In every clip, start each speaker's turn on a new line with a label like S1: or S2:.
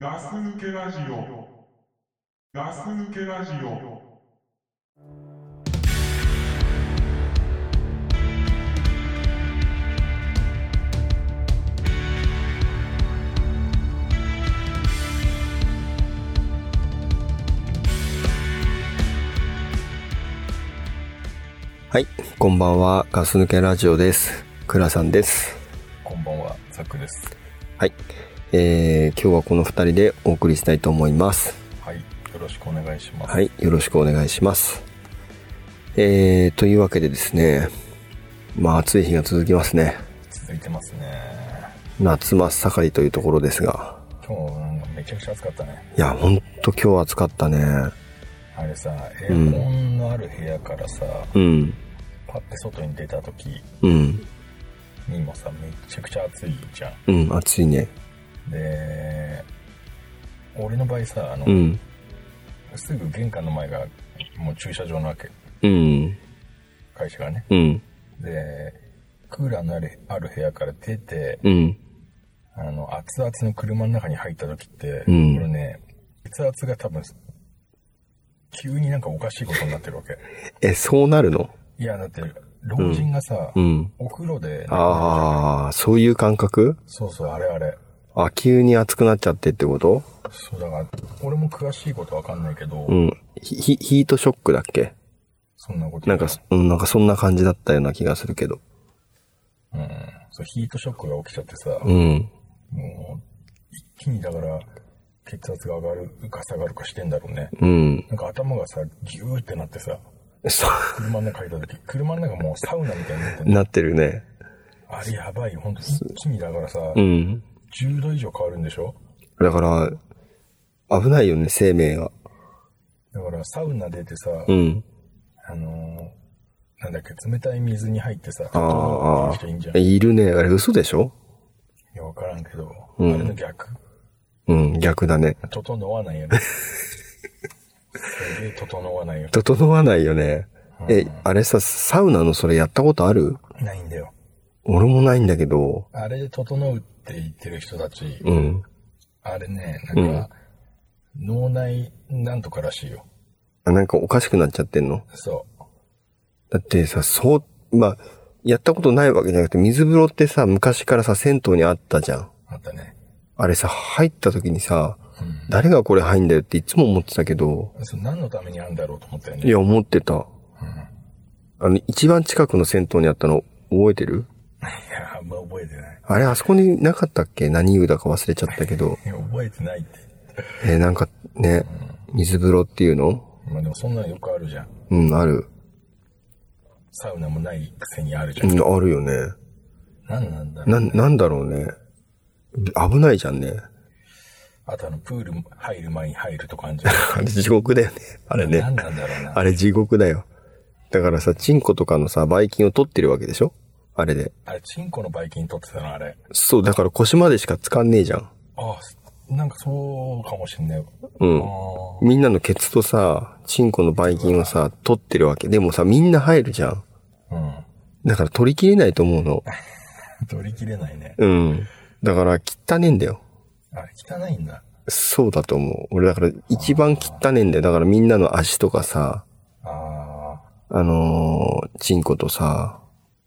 S1: ガス抜けラジオ。ガス抜けラジオ。
S2: はい、こんばんは。ガス抜けラジオです。倉さんです。
S3: こんばんは、ザックです。
S2: はい、えー、今日はこの二人でお送りしたいと思います。
S3: はい、よろしくお願いします。
S2: はい、よろしくお願いします。えー、というわけでですね、まあ暑い日が続きますね。
S3: 続いてますね。
S2: 夏真っ盛りというところですが、
S3: 今日なんかめちゃくちゃ暑かったね。
S2: いや、ほんと今日暑かったね。
S3: あれさ、エアコンのある部屋からさ、
S2: うん、
S3: パッて外に出た時
S2: うん、
S3: にもさ、めちゃくちゃ暑いじゃ
S2: うん、暑いね。
S3: ん。で、俺の場合さ、あの、
S2: うん、
S3: すぐ玄関の前がもう駐車場なわけ。
S2: うん、
S3: 会社がね。
S2: うん、
S3: で、クーラーのあるある部屋から出て、
S2: うん、
S3: あの、熱々の車の中に入った時って、
S2: うん
S3: これね、血圧が多分、急になんかおかしいことになってるわけ。
S2: え、そうなるの
S3: いや、だって、老人がさ、
S2: うん。
S3: お風呂で、
S2: あー、そういう感覚
S3: そうそう、あれあれ。
S2: あ、急に暑くなっちゃってってこと
S3: そう、だから、俺も詳しいことわかんないけど、
S2: うん。ヒヒヒートショックだっけ
S3: そんなこと
S2: なん
S3: 言う
S2: か、うん、なんかそんな感じだったような気がするけど。
S3: うん。そう、ヒートショックが起きちゃってさ、
S2: うん。
S3: もう、一気にだから、血圧が上がるか下がるかしてんだろうね。
S2: うん。
S3: なんか頭がさ、ギューってなってさ、
S2: そ
S3: 車の中入った時、車の中もうサウナみたいになって
S2: う、
S3: んの
S2: なってるね。
S3: あれやばいよ、ほんと一気にだからさ、
S2: うん。
S3: 10度以上変わるんでしょ
S2: だから、危ないよね、生命が。
S3: だからサウナ出てさ、
S2: うん。
S3: あのーなんだっけ、冷たい水に入ってさ、
S2: あ
S3: 整
S2: あ
S3: う人いいんじゃ、ん。
S2: え
S3: い
S2: いるね。あれ嘘でしょ
S3: や、わからんけど、
S2: うん
S3: あれの逆。
S2: うん、逆だね。
S3: 整わないよね。すげえ整わないよ。
S2: 整わないよね。え、あれさ、サウナのそれやったことある
S3: ないんだよ。
S2: 俺もないんだけど。
S3: あれで整うって言ってる人たち、
S2: うん。
S3: あれね、なんか、脳内なんとからしいよ。
S2: あなんかおかしくなっちゃってんの
S3: そう。
S2: だってさ、そう、まあ、やったことないわけじゃなくて、水風呂ってさ、昔からさ、銭湯にあったじゃん。
S3: あったね。
S2: あれさ、入った時にさ、
S3: うん。
S2: 誰がこれ入んだよっていつも思ってたけど、
S3: そう何のためにあるんだろうと思ったよ
S2: い
S3: ね。
S2: や、思ってた。
S3: うん、い
S2: あの、一番近くの銭湯にあったの、覚えてる
S3: や、あんま覚えてない。
S2: あれ、あそこになかったっけ何湯だか忘れちゃったけど。
S3: いや覚えてないって。
S2: えーなんかね、水風呂っていうの
S3: まあでもそんなのよくあるじゃん。
S2: うん、ある。
S3: サウナもないくせにあるじゃ。
S2: うんん、あるよね。
S3: 何なんだろう。
S2: な、なんだろうね。危ないじゃんね。
S3: あとあの、プール入る前に入ると感じ。
S2: あれ地獄だよね。あれね。
S3: 何なんだろうな。
S2: あれ地獄だよ。だからさ、チンコとかのさ、バイキンを取ってるわけでしょあれで。
S3: あれ、チンコのバイキン取ってたのあれ。
S2: そう、だから腰までしかつかんねえじゃん。
S3: ああ、なんかそうかもしんない。
S2: うん
S3: ああ。
S2: みんなのケツとさ、チンコのバイキンをさ、取ってるわけ。でもさ、みんな入るじゃん。
S3: う
S2: だから取り切れないと思うの。
S3: ん。 取り切れないね。
S2: うん。だから、汚ねえんだよ。
S3: あれ、汚いんだ。
S2: そうだと思う。俺だから、一番汚ねえんだよ。だからみんなの足とかさ、
S3: あ
S2: あのー、チンコとさ、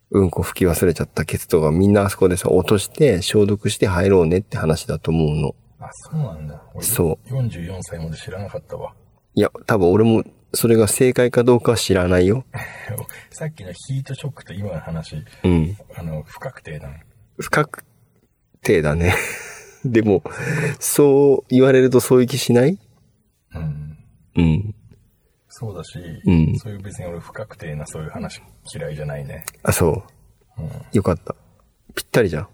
S2: うんこ吹き忘れちゃったケツとかみんなあそこでさ、落として消毒して入ろうねって話だと思うの。
S3: あ。あ、そうなんだ。俺。
S2: そう
S3: 44歳まで知らなかったわ。
S2: いや、多分俺もそれが正解かどうかは知らないよ。
S3: さっきのヒートショックと今の話、
S2: うん。
S3: あの、不確定なの。
S2: 不確定だね。 でも、そう言われるとそういう気しない
S3: うん。
S2: うん。
S3: そうだし、
S2: うん
S3: そういう別に俺不確定なそういう話嫌いじゃないね。
S2: あ、そうう。よかった。ぴったりじゃん。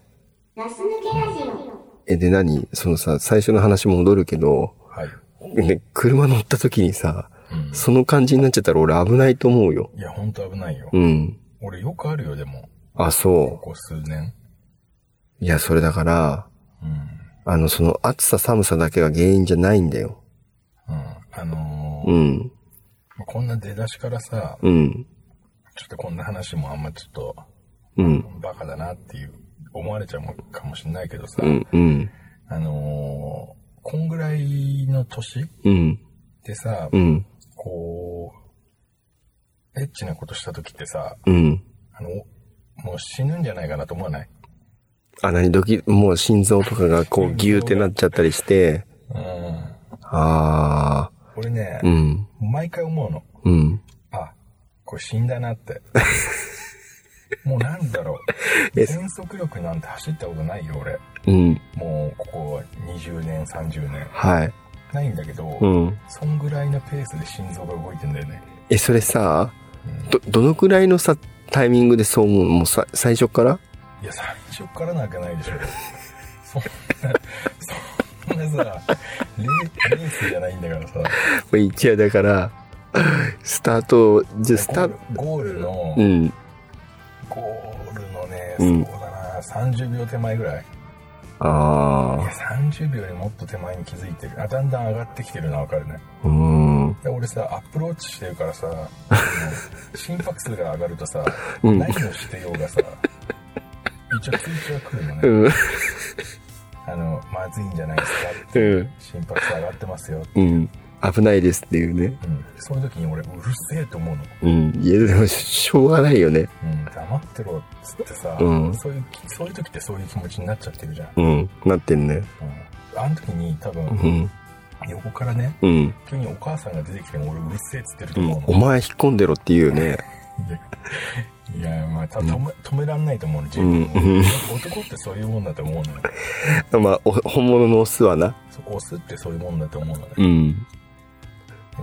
S4: ガス抜けラジオ。
S2: え、で何そのさ、最初の話戻るけど、
S3: はい。
S2: ね、車乗った時にさ、
S3: うん。
S2: その感じになっちゃったら俺危ないと思うよ。
S3: いや、ほんと危ないよ。
S2: うん。
S3: 俺よくあるよ、でも。
S2: あ、
S3: こ
S2: そ
S3: こ数年。
S2: う。いや、それだから、
S3: うん。
S2: あの、その暑さ寒さだけが原因じゃないんだよ。
S3: うん。あのー
S2: うん。
S3: こんな出だしからさ、
S2: うん。
S3: ちょっとこんな話もあんまちょっと、
S2: うん。
S3: バカだなっていう、思われちゃうかもしんないけどさ、
S2: うん。うん。
S3: あのこんぐらいの年
S2: うん。
S3: でさ、
S2: うん。
S3: こう、エッチなことした時ってさ、
S2: うん。
S3: あの、もう死ぬんじゃないかなと思わない
S2: あ、何ドキ、もう心臓とかがこうギューってなっちゃったりして、
S3: うん。
S2: ああ、
S3: 俺ね、
S2: うん、
S3: 毎回思うの。
S2: うん。
S3: あ、これ死んだな って。もうなんだろう。
S2: え
S3: 全速力なんて走ったことないよ、俺。
S2: うん、
S3: もう、ここ20年、30年。
S2: はい。
S3: ないんだけど、
S2: うん。
S3: そんぐらいのペースで心臓が動いてんだよね。
S2: え、それさ、ど、どのくらいのさ、タイミングでそう思うのもうさ、最初から
S3: いや、最初からなわけないでしょ。そんな、そんなさ、レレースじゃないんだからさ。
S2: もう一夜だから、スタート、じゃあスタート、
S3: ゴールの、
S2: うん。
S3: ゴールのね、
S2: うん
S3: そうだな、30秒手前ぐらい。いや、
S2: あ
S3: 30秒よりもっと手前に気づいてる。あ、だんだん上がってきてるのはわかるね。
S2: あ、うん。
S3: で俺さ、アプローチしてるからさ、あの 心拍数が上がるとさ、
S2: うん
S3: 何をしてようがさ、一応通知が来るのね。
S2: うん、
S3: あの、まずいんじゃないですかって、
S2: うん、
S3: 心拍数上がってますよ。
S2: うん。危ないですっていうね。
S3: うん。そういう時に俺、うるせえと思うの。
S2: うん。いや、でも、しょうがないよね。
S3: うん、黙ってろっつってさ、
S2: うん
S3: そういう、そういう時ってそういう気持ちになっちゃってるじゃん。
S2: うん。なってんね。
S3: うん。あの時に多
S2: う
S3: 分、
S2: ん。
S3: 横からね、
S2: うん。
S3: 急にお母さんが出てきても俺うるせえっつってると
S2: うん
S3: 思う
S2: お
S3: の。
S2: 前引っ込んでろっていうね。
S3: いや、まあ、た止め止めらんないと思うの、自
S2: うん
S3: 分を
S2: うん
S3: 男ってそういうもんだと思うのよ。
S2: まあ、お本物のオスはな。
S3: そうオスってそういうもんだと思うのね。
S2: うん。
S3: で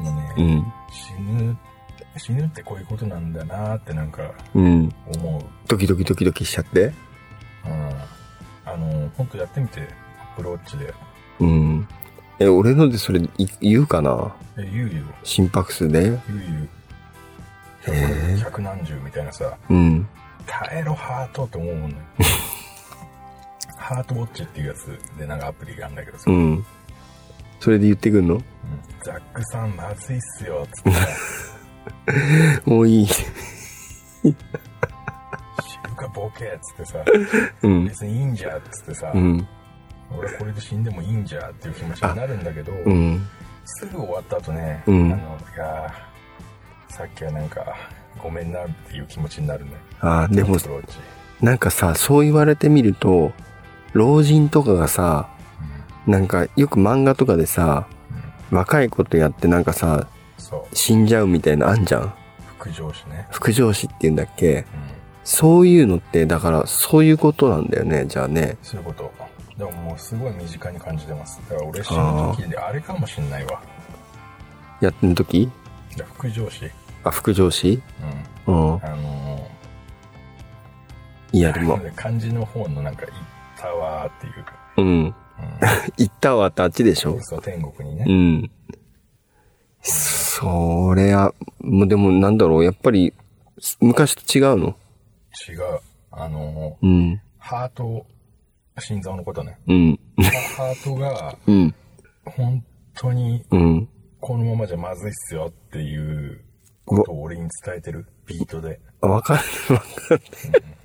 S3: もね、
S2: うん。
S3: 死ぬ、死ぬってこういうことなんだなってなんか
S2: うん。
S3: 思う。
S2: ドキドキドキドキしちゃって。
S3: うん。あの、ほんとやってみて、アプローチで。
S2: うん。え、俺のでそれい言うかな
S3: え、ゆうゆう、
S2: 心拍数で。
S3: ゆうゆう、百何十みたいなさ、
S2: うん。
S3: 耐えろハートって思うも んね。ハートウォッチっていうやつでなんかアプリがあるんだけどさ、
S2: う
S3: うん
S2: ん。それで言ってくんの
S3: ザックさんまずいっすよ、つってさ、
S2: もういい。
S3: 死ぬかボケっつってさ、
S2: うん。
S3: 別にいいんじゃっつってさ、
S2: うん。
S3: 俺これで死んでもいいんじゃっていう気持ちになるんだけど、
S2: うん。
S3: すぐ終わった後ね、
S2: うん
S3: あの、いやーさっきはなんか、ごめんなっていう気持ちになるね。
S2: ああ、でも
S3: アプ、ローチ。
S2: なんかさ、そう言われてみると、老人とかがさ、なんかよく漫画とかでさ、若いことやってなんかさ、
S3: そ
S2: 死んじゃうみたいなのあんじゃん
S3: う、副上司ね。
S2: 副上司って言うんだっけ
S3: うん。
S2: そういうのって、だから、そういうことなんだよね、じゃあね。
S3: そういうこと。でももうすごい身近に感じてます。だから俺死ぬ時であれかもしんないわ。
S2: やってる時
S3: いや副上司。うん。
S2: あ、副上司うん。
S3: あの
S2: いや、
S3: ー、
S2: でも、
S3: 漢字の方のなんか、行ったわーっていう。
S2: うん。 行ったわってあっちでし
S3: う
S2: ょ
S3: ん。そう、天国に
S2: う
S3: ね。
S2: ん。そりゃ、もうでもなんだろう、やっぱり、昔と違うの
S3: 違う。あのー、
S2: うん。
S3: ハート、心臓のことね。
S2: うん。
S3: ハートが、
S2: うん。
S3: 本当に
S2: うん。
S3: このままじゃまずいっすよっていうことを俺に伝えてる。ビートで。
S2: あわかんない、わかんない。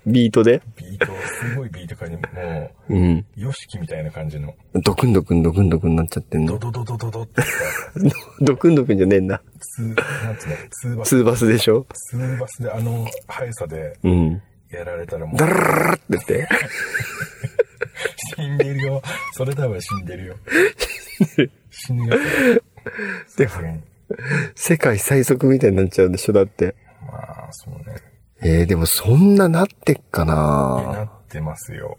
S2: ビートで
S3: ビート、すごいビート感じ、も
S2: うん。
S3: う、ヨシキみたいな感じの、
S2: ドクンドクンドクンドクンなっちゃってん
S3: ド
S2: の。
S3: ドドドドドってさ、
S2: ドクンドクンじゃねえんだ。
S3: ツー、なんつうの、ツーバス、
S2: ツーバスでしょ
S3: ツーバスであの速さで
S2: うん。
S3: やられたらもう
S2: ダ、ララララって言って。
S3: 死んでるよ。それ多分死んでる よ。死ぬよ。でも、
S2: 世界最速みたいになっちゃうでしょだって。
S3: まあ、そうね。
S2: えー、でもそんななってっか
S3: な
S2: な
S3: ってますよ。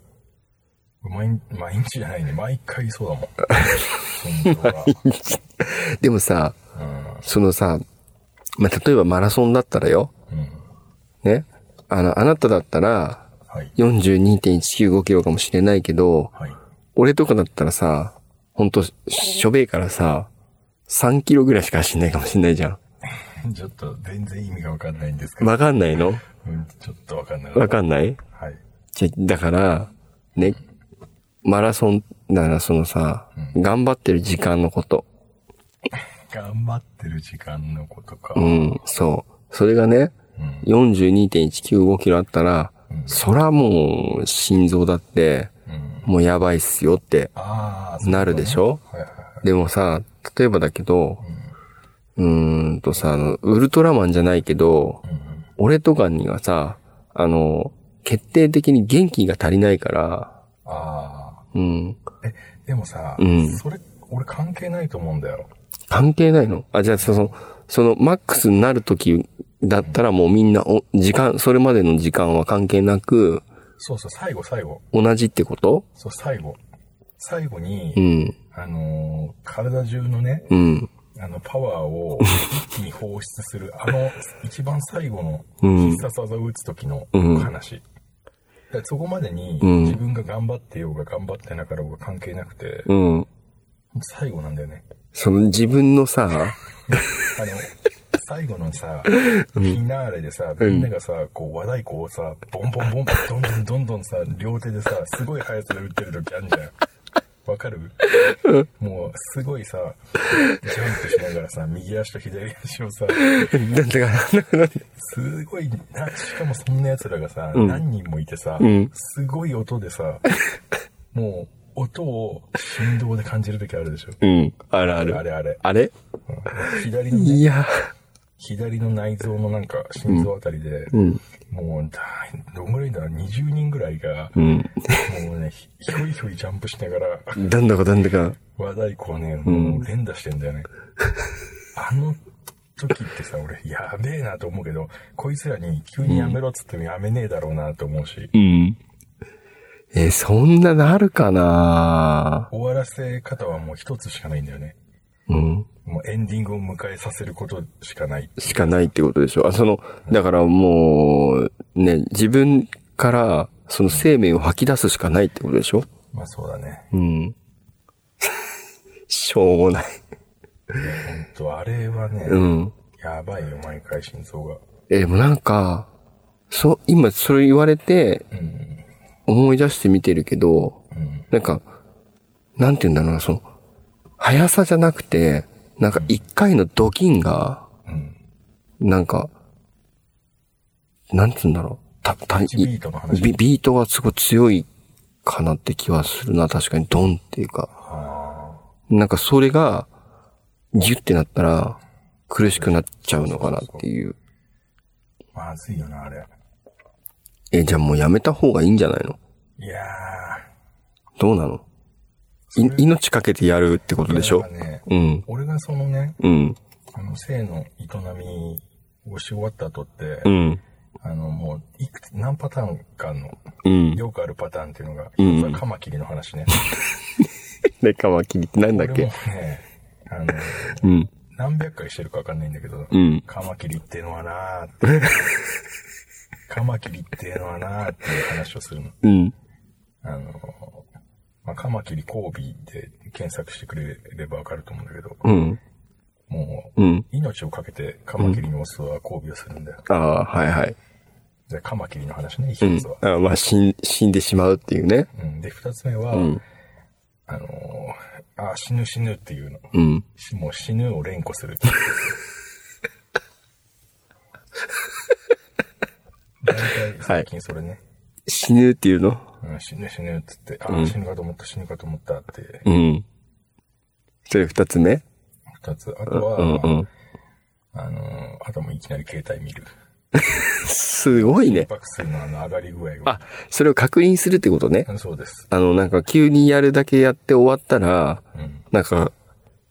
S3: 毎日、毎日じゃないね。毎回そうだもん。心臓が。
S2: でもさ、そのさ、まあ、例えばマラソンだったらよ。
S3: うん。
S2: ね。あの、あなただったら、
S3: はい。
S2: 42.195キロかもしれないけど、
S3: はい。
S2: 俺とかだったらさ、ほんと、ししょべえからさ、3キロぐらいしか走んないかもしんないじゃ
S3: ちょっと全然意味がわかんないんですけ
S2: ん。
S3: ど、
S2: わかんないの
S3: うん、ちょっとわかんない。
S2: わかんない
S3: はい。
S2: じゃ、だから、ね、マラソンならそのさ、頑張ってる時間のこと。
S3: 頑張ってる時間のことか。
S2: うん、そう。それがね、
S3: うん
S2: 42.195キロあったら、そらもう心臓だって、
S3: うん
S2: もうやばいっすよって
S3: ああ、そう
S2: なるでしょ
S3: はいはい
S2: でもさ、例えばだけど、うーんとさ、あの、ウルトラマンじゃないけど、俺とかにはさ、あの、決定的に元気が足りないから、
S3: あ
S2: うん、
S3: あ。でもさ、
S2: うん
S3: それ、俺関係ないと思うんだよ。
S2: 関係ないのあ、じゃあ、その、その、マックスになる時だったらもうみんなお、時間、それまでの時間は関係なく、
S3: そうそう、最後最後。
S2: 同じってこと
S3: そう、最後。最後に、
S2: うん、
S3: あのー体中のね、
S2: うん、
S3: あの、パワー を一気に放出する、あの、一番最後の
S2: うん
S3: 必殺技を打つ時の
S2: うん
S3: 話。だからそこまでに、
S2: うん
S3: 自分が頑張ってようが頑張ってなかろうが関係なくて、
S2: うん。
S3: 最後なんだよね。
S2: その自分のさ、
S3: あの、最後のさ、フィナーレでさ、みんながさ、こう、和太鼓をさ、ボンボンボン、どんどんどんどんさ、両手でさ、すごい速さで打ってる時あるじゃん。わかるもう、すごいさ、ジャンプしながらさ、右足と左足をさ、
S2: なんだか、なんだか、
S3: すごいな、しかもそんな奴らがさ、
S2: ん
S3: 何人もいてさ、
S2: ん
S3: すごい音 でさ、もう、音を振動で感じる時あるでしょ。
S2: うん、あるある。
S3: あれあれ。
S2: あれ
S3: 左に
S2: いや、
S3: 左の内臓のなんか心臓あたりで、
S2: ん
S3: もうだどんぐらいだろう20人ぐらいが、
S2: う
S3: も
S2: ん。
S3: うねひひょいひょいジャンプしながら
S2: なんだか、なんだか。
S3: 和太鼓をね、
S2: ん
S3: もう連打してんだよねあの時ってさ俺やべえなと思うけどこいつらに急にやめろっつってもやめねえだろうなと思うし、
S2: うん。えーそんななるかな
S3: 終わらせ方はもう一つしかないんだよね
S2: うん。
S3: もうエンディングを迎えさせることしかない
S2: しかないってことでしょ。あ、その、だからもう、ね、自分から、その生命を吐き出すしかないってことでしょ
S3: まあそうだね
S2: うん。 しょうもない。
S3: ほんとあれはね、
S2: うん。
S3: やばいよ毎回心臓が
S2: えーでもなんか、そう、今それ言われて、
S3: うん
S2: 思い出してみてるけど、
S3: うん
S2: なんか、なんて言うんだろうな、その、速さじゃなくて、なんか一回のドキンが、
S3: うん
S2: なんか、なんつうんだろう。た、た、い
S3: 1ビートの話
S2: ビビートがすごい強いかなって気はするな。確かにドンっていうか。
S3: あ
S2: なんかそれが、ギュってなったら、苦しくなっちゃうのかなっていう。
S3: ーまずいよな、あれ。
S2: え、じゃあもうやめた方がいいんじゃないの
S3: いや
S2: どうなのい命かけてやるってこと
S3: ー。
S2: でしょ
S3: なんかね、
S2: うん。
S3: 俺がそのね、
S2: うん。
S3: あの、生の営みをし終わった後って、
S2: うん。
S3: あの、もう、いくつ、何パターンかあるの、
S2: うん。
S3: よくあるパターンっていうのが、
S2: うん
S3: 一つはカマキリの話ね。
S2: で、カマキリってなんだっ
S3: 俺も
S2: け
S3: ね、あの、
S2: うん。
S3: 何百回してるかわかんないんだけど、
S2: うん。
S3: カマキリってのはな ーって。カマキリってのはなーっていう話をするの。
S2: うん。
S3: あの、まあ、カマキリコービーで検索してくれればわかると思うんだけど、
S2: うん。
S3: もう、
S2: うん。
S3: 命をかけてカマキリのオスは交尾をするんだよ。
S2: ああ、はいはい。
S3: で、カマキリの話ね、
S2: う
S3: 一
S2: ん
S3: つは。。
S2: あまあ、死ん、死んでしまうっていうね。
S3: うん、で、二つ目は、
S2: うん。
S3: あのー、あ、死ぬ死ぬっていうの。
S2: うん。
S3: しもう死ぬを連呼 するっていう。大体最近それね、
S2: 死ぬっていうの
S3: うん、死ぬ死ぬっつって、あ、
S2: うん
S3: 死ぬかと思った死ぬかと思ったって、
S2: うん。それ二つ目
S3: 二つ。あとは、
S2: うんうん。
S3: あのー、あともういきなり携帯見る。
S2: すごいね。
S3: バックするのあの上がり具合が
S2: あ。、それを確認するってことね。
S3: うんそうです。
S2: あの、なんか急にやるだけやって終わったら、
S3: うん。
S2: なんか、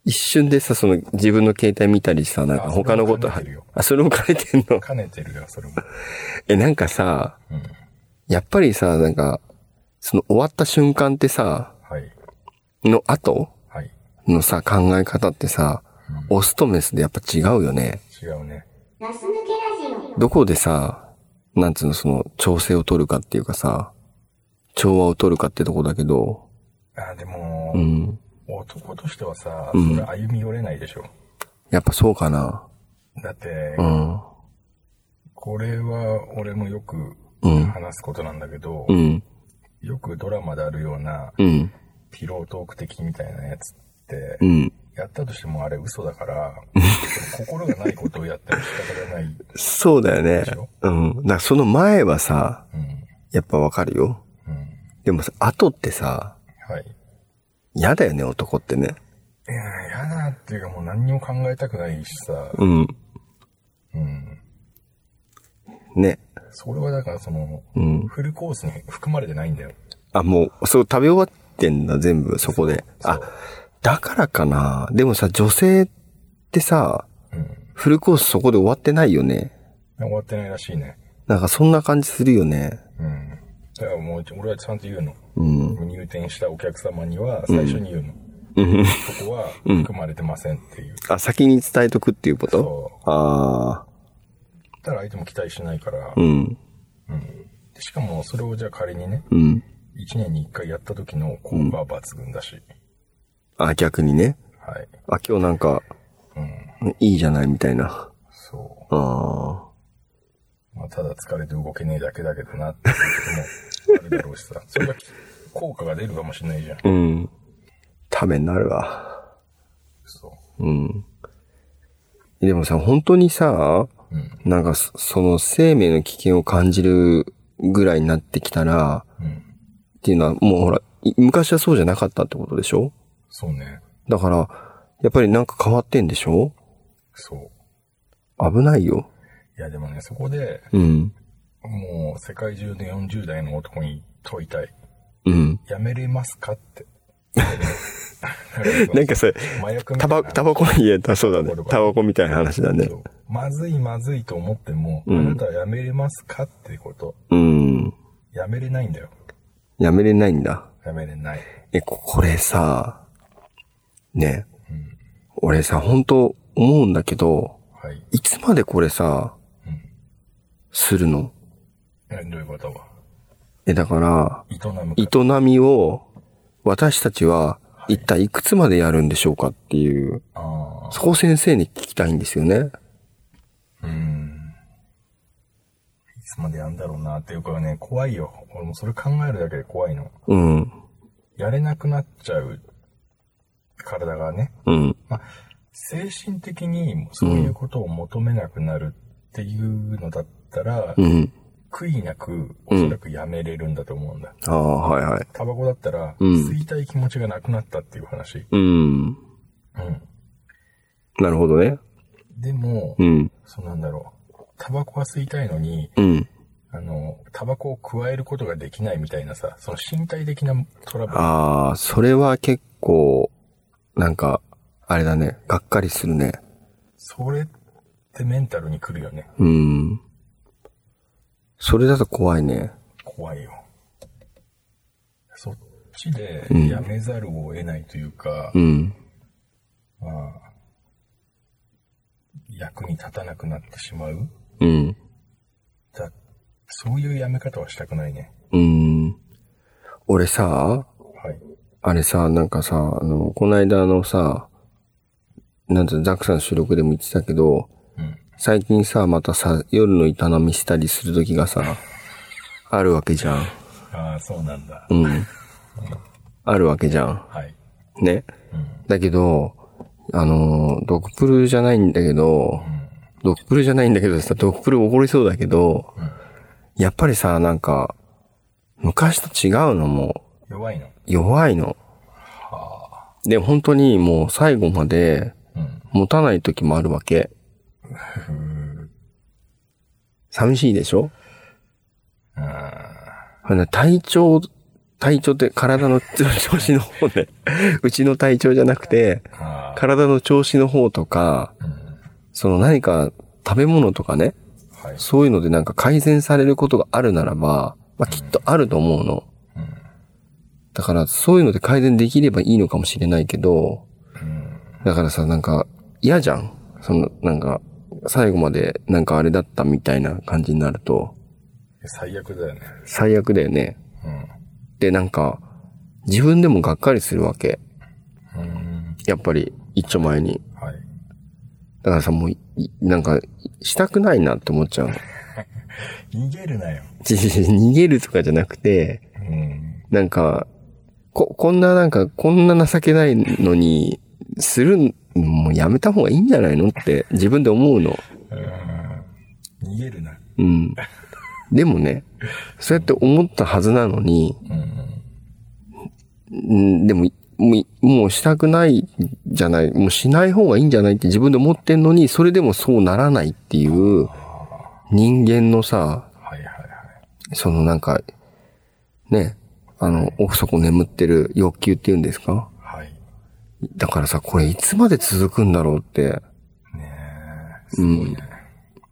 S2: 一瞬でさ、その自分の携帯見たりさ、なんか
S3: あ
S2: 他のこと
S3: それも兼ねてるよ、。
S2: あ、それも書いてんの
S3: 兼ねてるよ、それも。
S2: え、なんかさ、
S3: うん。
S2: やっぱりさ、なんか、その終わった瞬間ってさ、
S3: はい。
S2: の後
S3: はい。
S2: のさ、考え方ってさ、オスとメスでやっぱ違うよね。
S3: 違うね。
S4: ガス抜けラジオ
S2: どこでさ、なんつうの、その、調整を取るかっていうかさ、調和を取るかってとこだけど、
S3: あー、でも、
S2: うん。
S3: 男としてはさ、
S2: ん
S3: それ歩み寄れないでしょ。
S2: やっぱそうかな。
S3: だって、
S2: うん。
S3: これは俺もよく
S2: うん
S3: 話すことなんだけど、
S2: うん。
S3: よくドラマであるような
S2: うん。
S3: ピロートーク的みたいなやつって、
S2: うん。
S3: やったとしてもあれ嘘だから、心がないことをやっても仕方がない。
S2: そうだよね
S3: でしょ。
S2: うん。だからその前はさ、
S3: うん。
S2: やっぱわかるよ。
S3: うん。
S2: でもさ、後ってさ、
S3: はい。
S2: 嫌だよね、男ってね。
S3: いやー、やだっていうかもう何にも考えたくないしさ、
S2: うん。
S3: うん。
S2: ね。
S3: それはだからその、
S2: うん。
S3: フルコースに含まれてないんだよ。
S2: あ、もう、そう、食べ終わってんだ、全部、そこで。
S3: そう
S2: あ、だからかな。でもさ、女性ってさ、
S3: うん。
S2: フルコースそこで終わってないよね。
S3: 終わってないらしいね。
S2: なんかそんな感じするよね。
S3: うん。だからもう、俺はちゃんと言うの。
S2: うん。
S3: 入店したお客様には最初に言うの。
S2: うん
S3: そこは含まれてませんっていう。
S2: あ、先に伝えとくっていうこと
S3: そ
S2: ああ、
S3: う。たら相手も期待しないから
S2: う。ん、
S3: でしかも、それをじゃあ仮にね、
S2: うん。
S3: 1年に1回やった時の効果は抜群だし。
S2: あ、逆にね。
S3: はい。
S2: あ、今日なんか、
S3: うん。
S2: いいじゃないみたいな。
S3: そ
S2: あ
S3: う。まあ、ただ疲れて動けねえだけだけどなっていうこともあるだろうしさ。そ れが効果が出るかもしれないじゃん
S2: あ、。うん。ためになるわ。
S3: そ
S2: うん。でもさ、本当にさ、
S3: う。うん。
S2: なんかそ、その生命の危険を感じるぐらいになってきたら、
S3: うん。
S2: っていうのは、もうほら、い昔はそうじゃなかったってことでしょ
S3: そうね。
S2: だから、やっぱりなんか変わってんでしょ
S3: そう。
S2: 危ないよ。
S3: いや、でもね、そこで、
S2: うん。
S3: もう世界中で40代の男に問いたい。
S2: うん。
S3: やめれます かって。
S2: なんかそれ、
S3: 麻薬みた
S2: タ
S3: いな
S2: バタバコに入れた、そうだね。タバコみたいな話だね
S3: そ。うまずいまずいと思っても、
S2: うん
S3: あなたはやめれますかってこと。
S2: うん。
S3: やめれないんだよ。
S2: やめれないんだ。
S3: やめれない。
S2: え、ここれさ、ね、
S3: うん。
S2: 俺さ、本当思うんだけど、
S3: はい。
S2: いつまでこれさ、
S3: うん
S2: するの
S3: え。どういうこと
S2: え、だから、
S3: 営むか。
S2: 営みを、私たちは、一体いくつまでやるんでしょうかっていう、
S3: ああ。
S2: そこを先生に聞きたいんですよね。
S3: うん。いつまでやんだろうなっていうかね、怖いよ。俺もそれ考えるだけで怖いの。
S2: うん。
S3: やれなくなっちゃう体がね、
S2: うん。
S3: まあ、精神的にそういうことを求めなくなるっていうのだったら、
S2: うん。
S3: 悔いなくおそらくやめれるんだと思うんだ。
S2: ああ、はいはい。
S3: タバコだったら、
S2: うん
S3: 吸いたい気持ちがなくなったっていう話。
S2: うん。
S3: うん。
S2: なるほどね。
S3: でも、
S2: うん。
S3: そうなんだろう。タバコは吸いたいのに、
S2: うん。
S3: あの、タバコを加えることができないみたいなさ、その身体的なトラブル。
S2: ああ、それは結構、なんか、あれだね。がっかりするね。
S3: それってメンタルに来るよね。
S2: うん。それだと怖いね。
S3: 怖いよ。そっちで
S2: うん
S3: やめざるを得ないというか、
S2: うん。
S3: まあ、役に立たなくなってしまう。
S2: うん。
S3: だそういうやめ方はしたくないね。
S2: うん。俺さ、
S3: はい。
S2: あれさ、なんかさ、あの、こないだあのさ、なんていうのザックさんの収録でも言ってたけど、
S3: うん。
S2: 最近さ、またさ、夜の営みしたりする時がさ、あるわけじゃん。
S3: ああ、そうなんだ。
S2: うん。あるわけじゃん。
S3: はい。
S2: ね。
S3: うん。
S2: だけど、あの、ドクプルじゃないんだけど、ドクプルじゃないんだけどさ、ドクプル怒りそうだけど、
S3: うん。うん。
S2: やっぱりさ、なんか、昔と違うのも
S3: 弱いの。
S2: 弱いの。
S3: はあ。
S2: で、本当にもう最後まで
S3: うん。
S2: 持たない時もあるわけ。
S3: ふう。
S2: 寂しいでしょ
S3: あ
S2: あの体調、体調って体の調子の方 ね。うちの体調じゃなくて、
S3: ーあー。
S2: 体の調子の方とか、
S3: うん。
S2: その何か食べ物とかね、
S3: はい。
S2: そういうのでなんか改善されることがあるならば、まあきっとあると思うの。
S3: うん。
S2: だからそういうので改善できればいいのかもしれないけど、
S3: うん。
S2: だからさ、なんか嫌じゃん。その、なんか、最後までなんかあれだったみたいな感じになると、
S3: 最悪だよね。
S2: 最悪だよね。
S3: う
S2: で、なんか、自分でもがっかりするわけ。
S3: ん。うん。
S2: やっぱり、一丁前に。
S3: はい。
S2: だからさ、もうい、なんか、したくないなって思っちゃう の。
S3: 逃げるなよ。
S2: ちちち逃げるとかじゃなくて、
S3: うん。
S2: なんか、こ、こんななんか、こんな情けないのに、するん、もうやめた方がいいんじゃないのって自分で思うの。
S3: 逃げるな。
S2: うん。でもね、そうやって思ったはずなのに、
S3: うん。
S2: うんでも、もう、もうしたくないじゃない、もうしない方がいいんじゃないって自分で思ってんのに、それでもそうならないっていう、人間のさ、
S3: はいはいはい。
S2: そのなんか、ね、あの、奥底眠ってる欲求っていうんですか
S3: はい。
S2: だからさ、これいつまで続くんだろうって。
S3: ねえ。すごいね。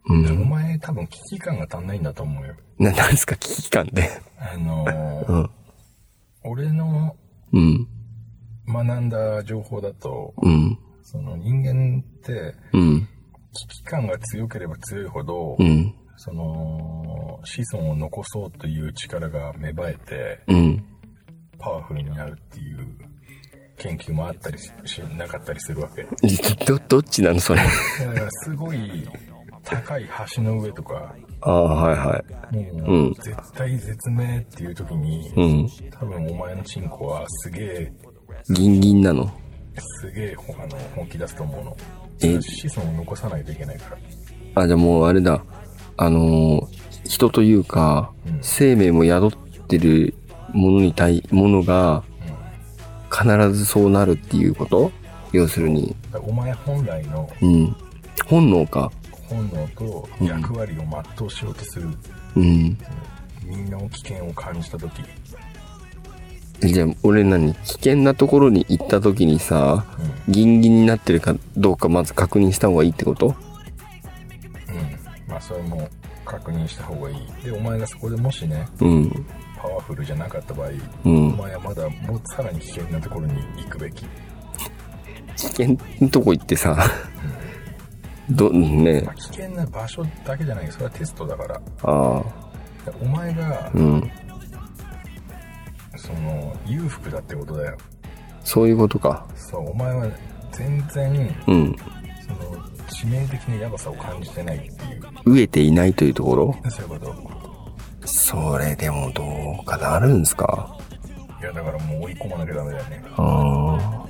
S2: うん。
S3: お前多分危機感が足んないんだと思うよ。
S2: な、 なんですか、危機感で。
S3: あのー
S2: うん
S3: 俺の
S2: うん。
S3: 学んだ情報だと、
S2: うん。
S3: その人間って
S2: うん。
S3: 危機感が強ければ強いほど、
S2: うん。
S3: その子孫を残そうという力が芽生えて
S2: うん。
S3: パワフルになるっていう研究もあったりししなかったりするわけ。
S2: ど、どっちなの、それ。
S3: だからすごい高い橋の上とか、
S2: ああ、はいはい。
S3: も
S2: ん
S3: う絶対絶命っていう時に、
S2: うん。
S3: 多分お前のチンコはすげえ
S2: ギンギンなの。
S3: すげえあの本気出すと思うの
S2: え
S3: 子孫を残さないといけないから
S2: あ、じゃあもうあれだ。あのー人というか、
S3: うん
S2: 生命も宿ってるものに対、ものが、必ずそうなるっていうこと要するに。
S3: だからお前本来の
S2: うん。本能か。
S3: 本能と役割を全うしようとする、
S2: うん。
S3: みんなを危険を感じた時、
S2: じゃあ、俺何危険なところに行った時にさ、
S3: う
S2: ギンギンになってるかどうかまず確認した方がいいってこと
S3: んうん、まあそれも確認した方がいいでお前がそこでもしね
S2: うん。
S3: パワフルじゃなかった場合、
S2: うん
S3: お前はまだもうさらに危険なところに行くべき、
S2: 危険なとこ行ってさ、ど、ね
S3: まあ、、危険な場所だけじゃないそれはテストだから
S2: ああ、
S3: でお前が、
S2: うん。
S3: その裕福だってことだよ
S2: そういうことか。
S3: そうお前は全然
S2: うん。
S3: その致命的なやばさを感じてないっていう
S2: 飢えていないというところ
S3: そういうこと
S2: それでもどうかなるんすか
S3: いやだからもう追い込まなきゃダメだよね
S2: ああ、
S3: も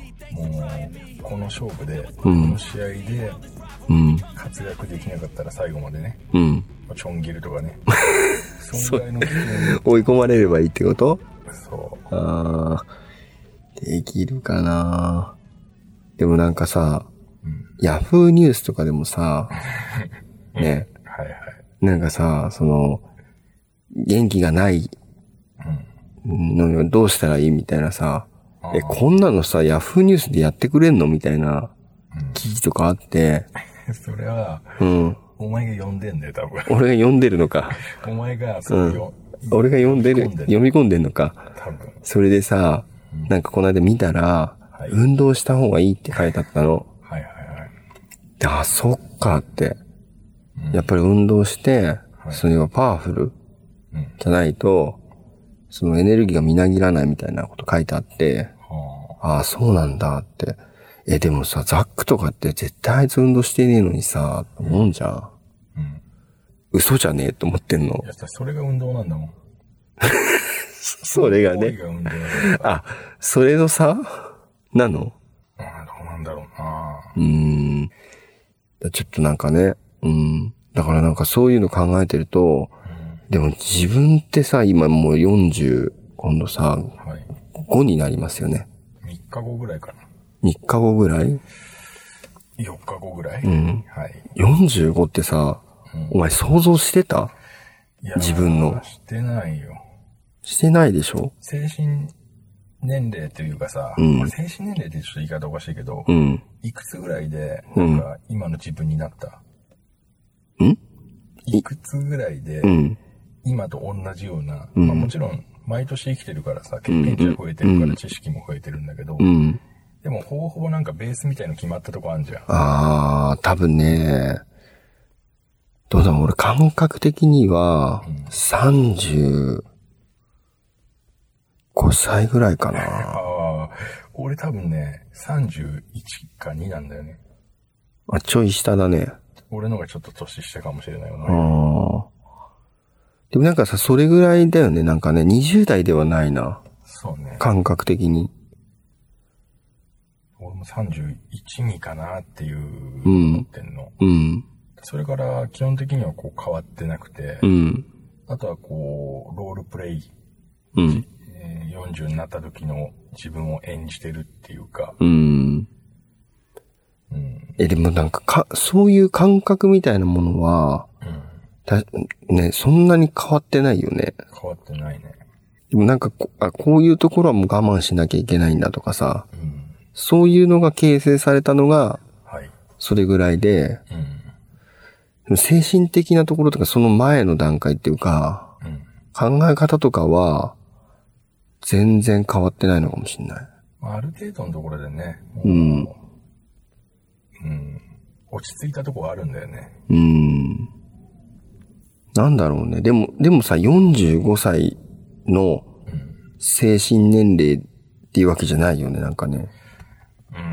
S3: うこの勝負で、
S2: ん
S3: この試合で
S2: うん、
S3: 活躍できなかったら最後までね
S2: うん。
S3: ちょん切ると かねそんぐらいの危険
S2: 追い込まれればいいってこと
S3: そ
S2: ああ、できるかなでもなんかさ、
S3: う、うん、
S2: ヤフーニュースとかでもさ、ね、
S3: はいはい
S2: なんかさ、その、元気がないのにはどうしたらいいみたいなさ、え、こんなのさ、ヤフーニュースでやってくれんのみたいな記事とかあって、
S3: うんそれは
S2: うん。
S3: お前が呼んでんだよ 多分
S2: 俺が読んでるのか。
S3: お前がそのよ、
S2: 俺が読んでる、
S3: 読んでる
S2: 読み込んでんのか。
S3: 多分
S2: それでさ、なんかこの間見たら、
S3: はい
S2: 運動した方がいいって書いてあったの。
S3: はいはいはい
S2: であ、そっかって。やっぱり運動して、それはパワフル
S3: うん
S2: じゃないと、そのエネルギーがみなぎらないみたいなこと書いてあって、
S3: は
S2: ああ、そうなんだって。え、でもさ、ザックとかって絶対あいつ運動してねえのにさ、思うんじゃん。
S3: あうん
S2: 嘘じゃねえと思ってんの
S3: いや。それが運動なんだもん
S2: それが
S3: 行
S2: ね。
S3: 為が運動なんだから
S2: あ、それのさ、なの
S3: うんどうなんだろうな
S2: うーん。ちょっとなんかね、うん。だからなんかそういうの考えてると、でも自分ってさ、今もう40、今度さ、
S3: はい。
S2: 5になりますよね。
S3: 3日後ぐらいかな。
S2: 3日後ぐらい
S3: 4日後ぐらい、
S2: ん
S3: はい。
S2: ?45 ってさ、お前想像してた
S3: いや
S2: 自分の
S3: してないよ。
S2: してないでしょ
S3: 精神年齢というかさ、
S2: ん
S3: まあ精神年齢ってちょっと言い方おかしいけど、
S2: うん。
S3: いくつぐらいで、
S2: うん
S3: なんか今の自分になった、
S2: ん
S3: いくつぐらいで
S2: う、ん。
S3: 今と同じような、
S2: ん
S3: まあもちろん、毎年生きてるからさ、経験値が増えてるから知識も増えてるんだけど、
S2: うん。
S3: でも方法なんかベースみたいの決まったとこあんじゃん。
S2: あー、多分ね、どうだろう、俺感覚的には、35歳ぐらいかな。
S3: ああ、俺多分ね、31か2なんだよね。
S2: あ、ちょい下だね。
S3: 俺のがちょっと年下かもしれないよ
S2: あ
S3: な。
S2: ーでもなんかさ、それぐらいだよね。なんかね、20代ではないな。
S3: そうね。
S2: 感覚的に。
S3: 俺も31、2かなっていう、
S2: ん
S3: 思ってんの。
S2: うん。
S3: それから、基本的にはこう変わってなくて
S2: う、ん。
S3: あとはこう、ロールプレイ、
S2: うん。
S3: ええー40になった時の自分を演じてるっていうか、
S2: うん。
S3: うん、
S2: え、でもなんかか、そういう感覚みたいなものは、
S3: うん、
S2: たね、そんなに変わってないよね。
S3: 変わってないね。
S2: でもなんかこあ、こういうところはもう我慢しなきゃいけないんだとかさ、
S3: うん、
S2: そういうのが形成されたのが、
S3: はい。
S2: それぐらいで、
S3: うん、
S2: でも精神的なところとかその前の段階っていうか、
S3: うん。
S2: 考え方とかは、全然変わってないのかもしれない。
S3: まあある程度のところでね、
S2: うん。
S3: うん、落ち着いたとこはあるんだよね。
S2: うーん。なんだろうね。でも、でもさ、45歳の精神年齢っていうわけじゃないよね、なんかね。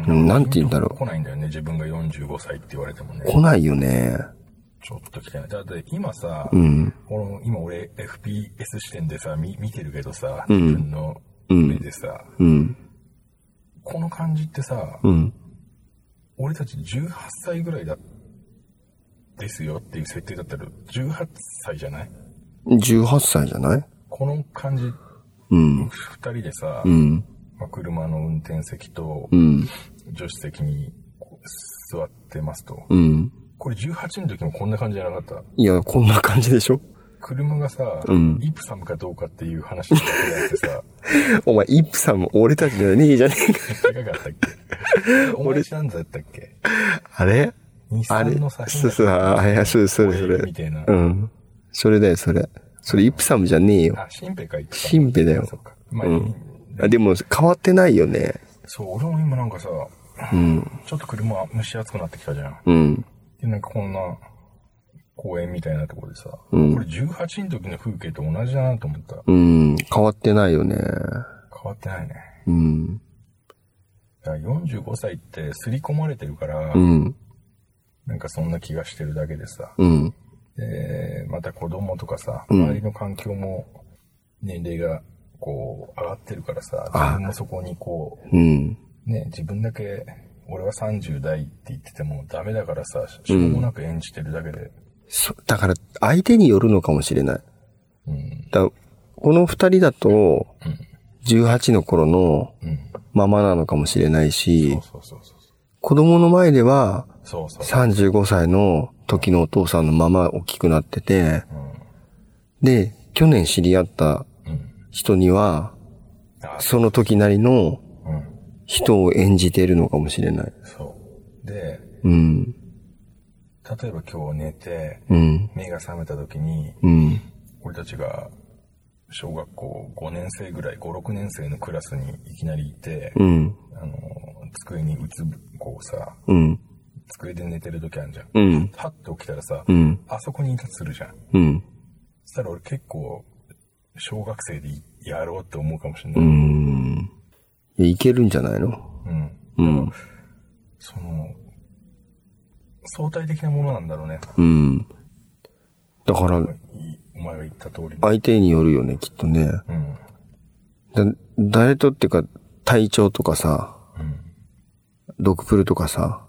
S3: うん
S2: うん、なんて言うんだろう。
S3: 来ないんだよね、自分が45歳って言われてもね。
S2: 来ないよね。
S3: ちょっと来てない。だって今さ、
S2: うん。
S3: この今俺 FPS 視点でさ、見見てるけどさ、自分の目でさ、
S2: うん。
S3: この感じってさ、
S2: うん。
S3: 俺たち18歳ぐらいだ、ですよっていう設定だったら、18歳じゃない
S2: 18歳じゃない
S3: この感じ、
S2: うん。
S3: 二人でさ、
S2: うん。
S3: まあ車の運転席と
S2: うん。
S3: 助手席にこう座ってますと。
S2: うん。
S3: これ18の時もこんな感じじゃなかった。
S2: いや、こんな感じでしょ
S3: 車がさ、
S2: ん
S3: イプサムかどうかっていう話だけあってさ、
S2: お前、イップさんも俺たちじゃねえじゃねえか。
S3: 高かったっ けお前知らんだったっけ
S2: あれ
S3: 日
S2: あれ
S3: 産のさ、
S2: そうそう、ああいや、そうそれそ
S3: 親指
S2: れ
S3: み。たいな。
S2: うん。それだよ、それ。それ、イップさんじゃねえよ。
S3: あ、新兵か言ってた。
S2: シンペだよ
S3: そっか。まあ、
S2: うん。あでも、変わってないよね。
S3: そう、俺も今なんかさ、
S2: うん。
S3: ちょっと車蒸し暑くなってきたじゃん。
S2: うん。
S3: で、なんかこんな公園みたいなところでさ、
S2: うん
S3: これ18の時の風景と同じだなと思った。
S2: うん。変わってないよね。
S3: 変わってないね。
S2: うん。
S3: だから45歳って刷り込まれてるから、
S2: うん。
S3: なんかそんな気がしてるだけでさ、
S2: うん。
S3: で、また子供とかさ、
S2: ん
S3: 周りの環境も年齢がこう上がってるからさ、
S2: あ
S3: 自分もそこにこ
S2: うん。
S3: う、ね、自分だけ、俺は30代って言っててもダメだからさ、しょうもなく演じてるだけで、
S2: そだから、相手によるのかもしれない。
S3: うん、
S2: だこの二人だと、18の頃の
S3: うん、
S2: ままなのかもしれないし、
S3: そうそうそう
S2: 子供の前では、
S3: そう。そうそう。
S2: 35歳の時のお父さんのまま大きくなってて、で、去年知り合った
S3: うん。
S2: 人には、
S3: あ、
S2: その時なりの
S3: うん。
S2: 人を演じているのかもしれない。
S3: そう。で、
S2: うん。
S3: 例えば今日寝て、
S2: うん。
S3: 目が覚めた時に、
S2: うん。
S3: 俺たちが小学校5年生ぐらい、5、6年生のクラスにいきなりいて、
S2: うん。
S3: あの、机にうつぶ、こうさ、
S2: うん。
S3: 机で寝てる時あるじゃん。
S2: うん。
S3: パッと起きたらさ、
S2: うん。
S3: あそこにいたとするじゃん。
S2: うん。
S3: そしたら俺結構、小学生でやろうって思うかもしれな
S2: う
S3: い。
S2: ーん。いけるんじゃないの
S3: うん。
S2: うん。
S3: その、相対的なものなんだろうね。
S2: うん。だから、
S3: いお前が言った通り。
S2: 相手によるよね、きっとね。
S3: うん。
S2: だ誰とってか、体調とかさ、
S3: うん。
S2: ドクプルとかさ、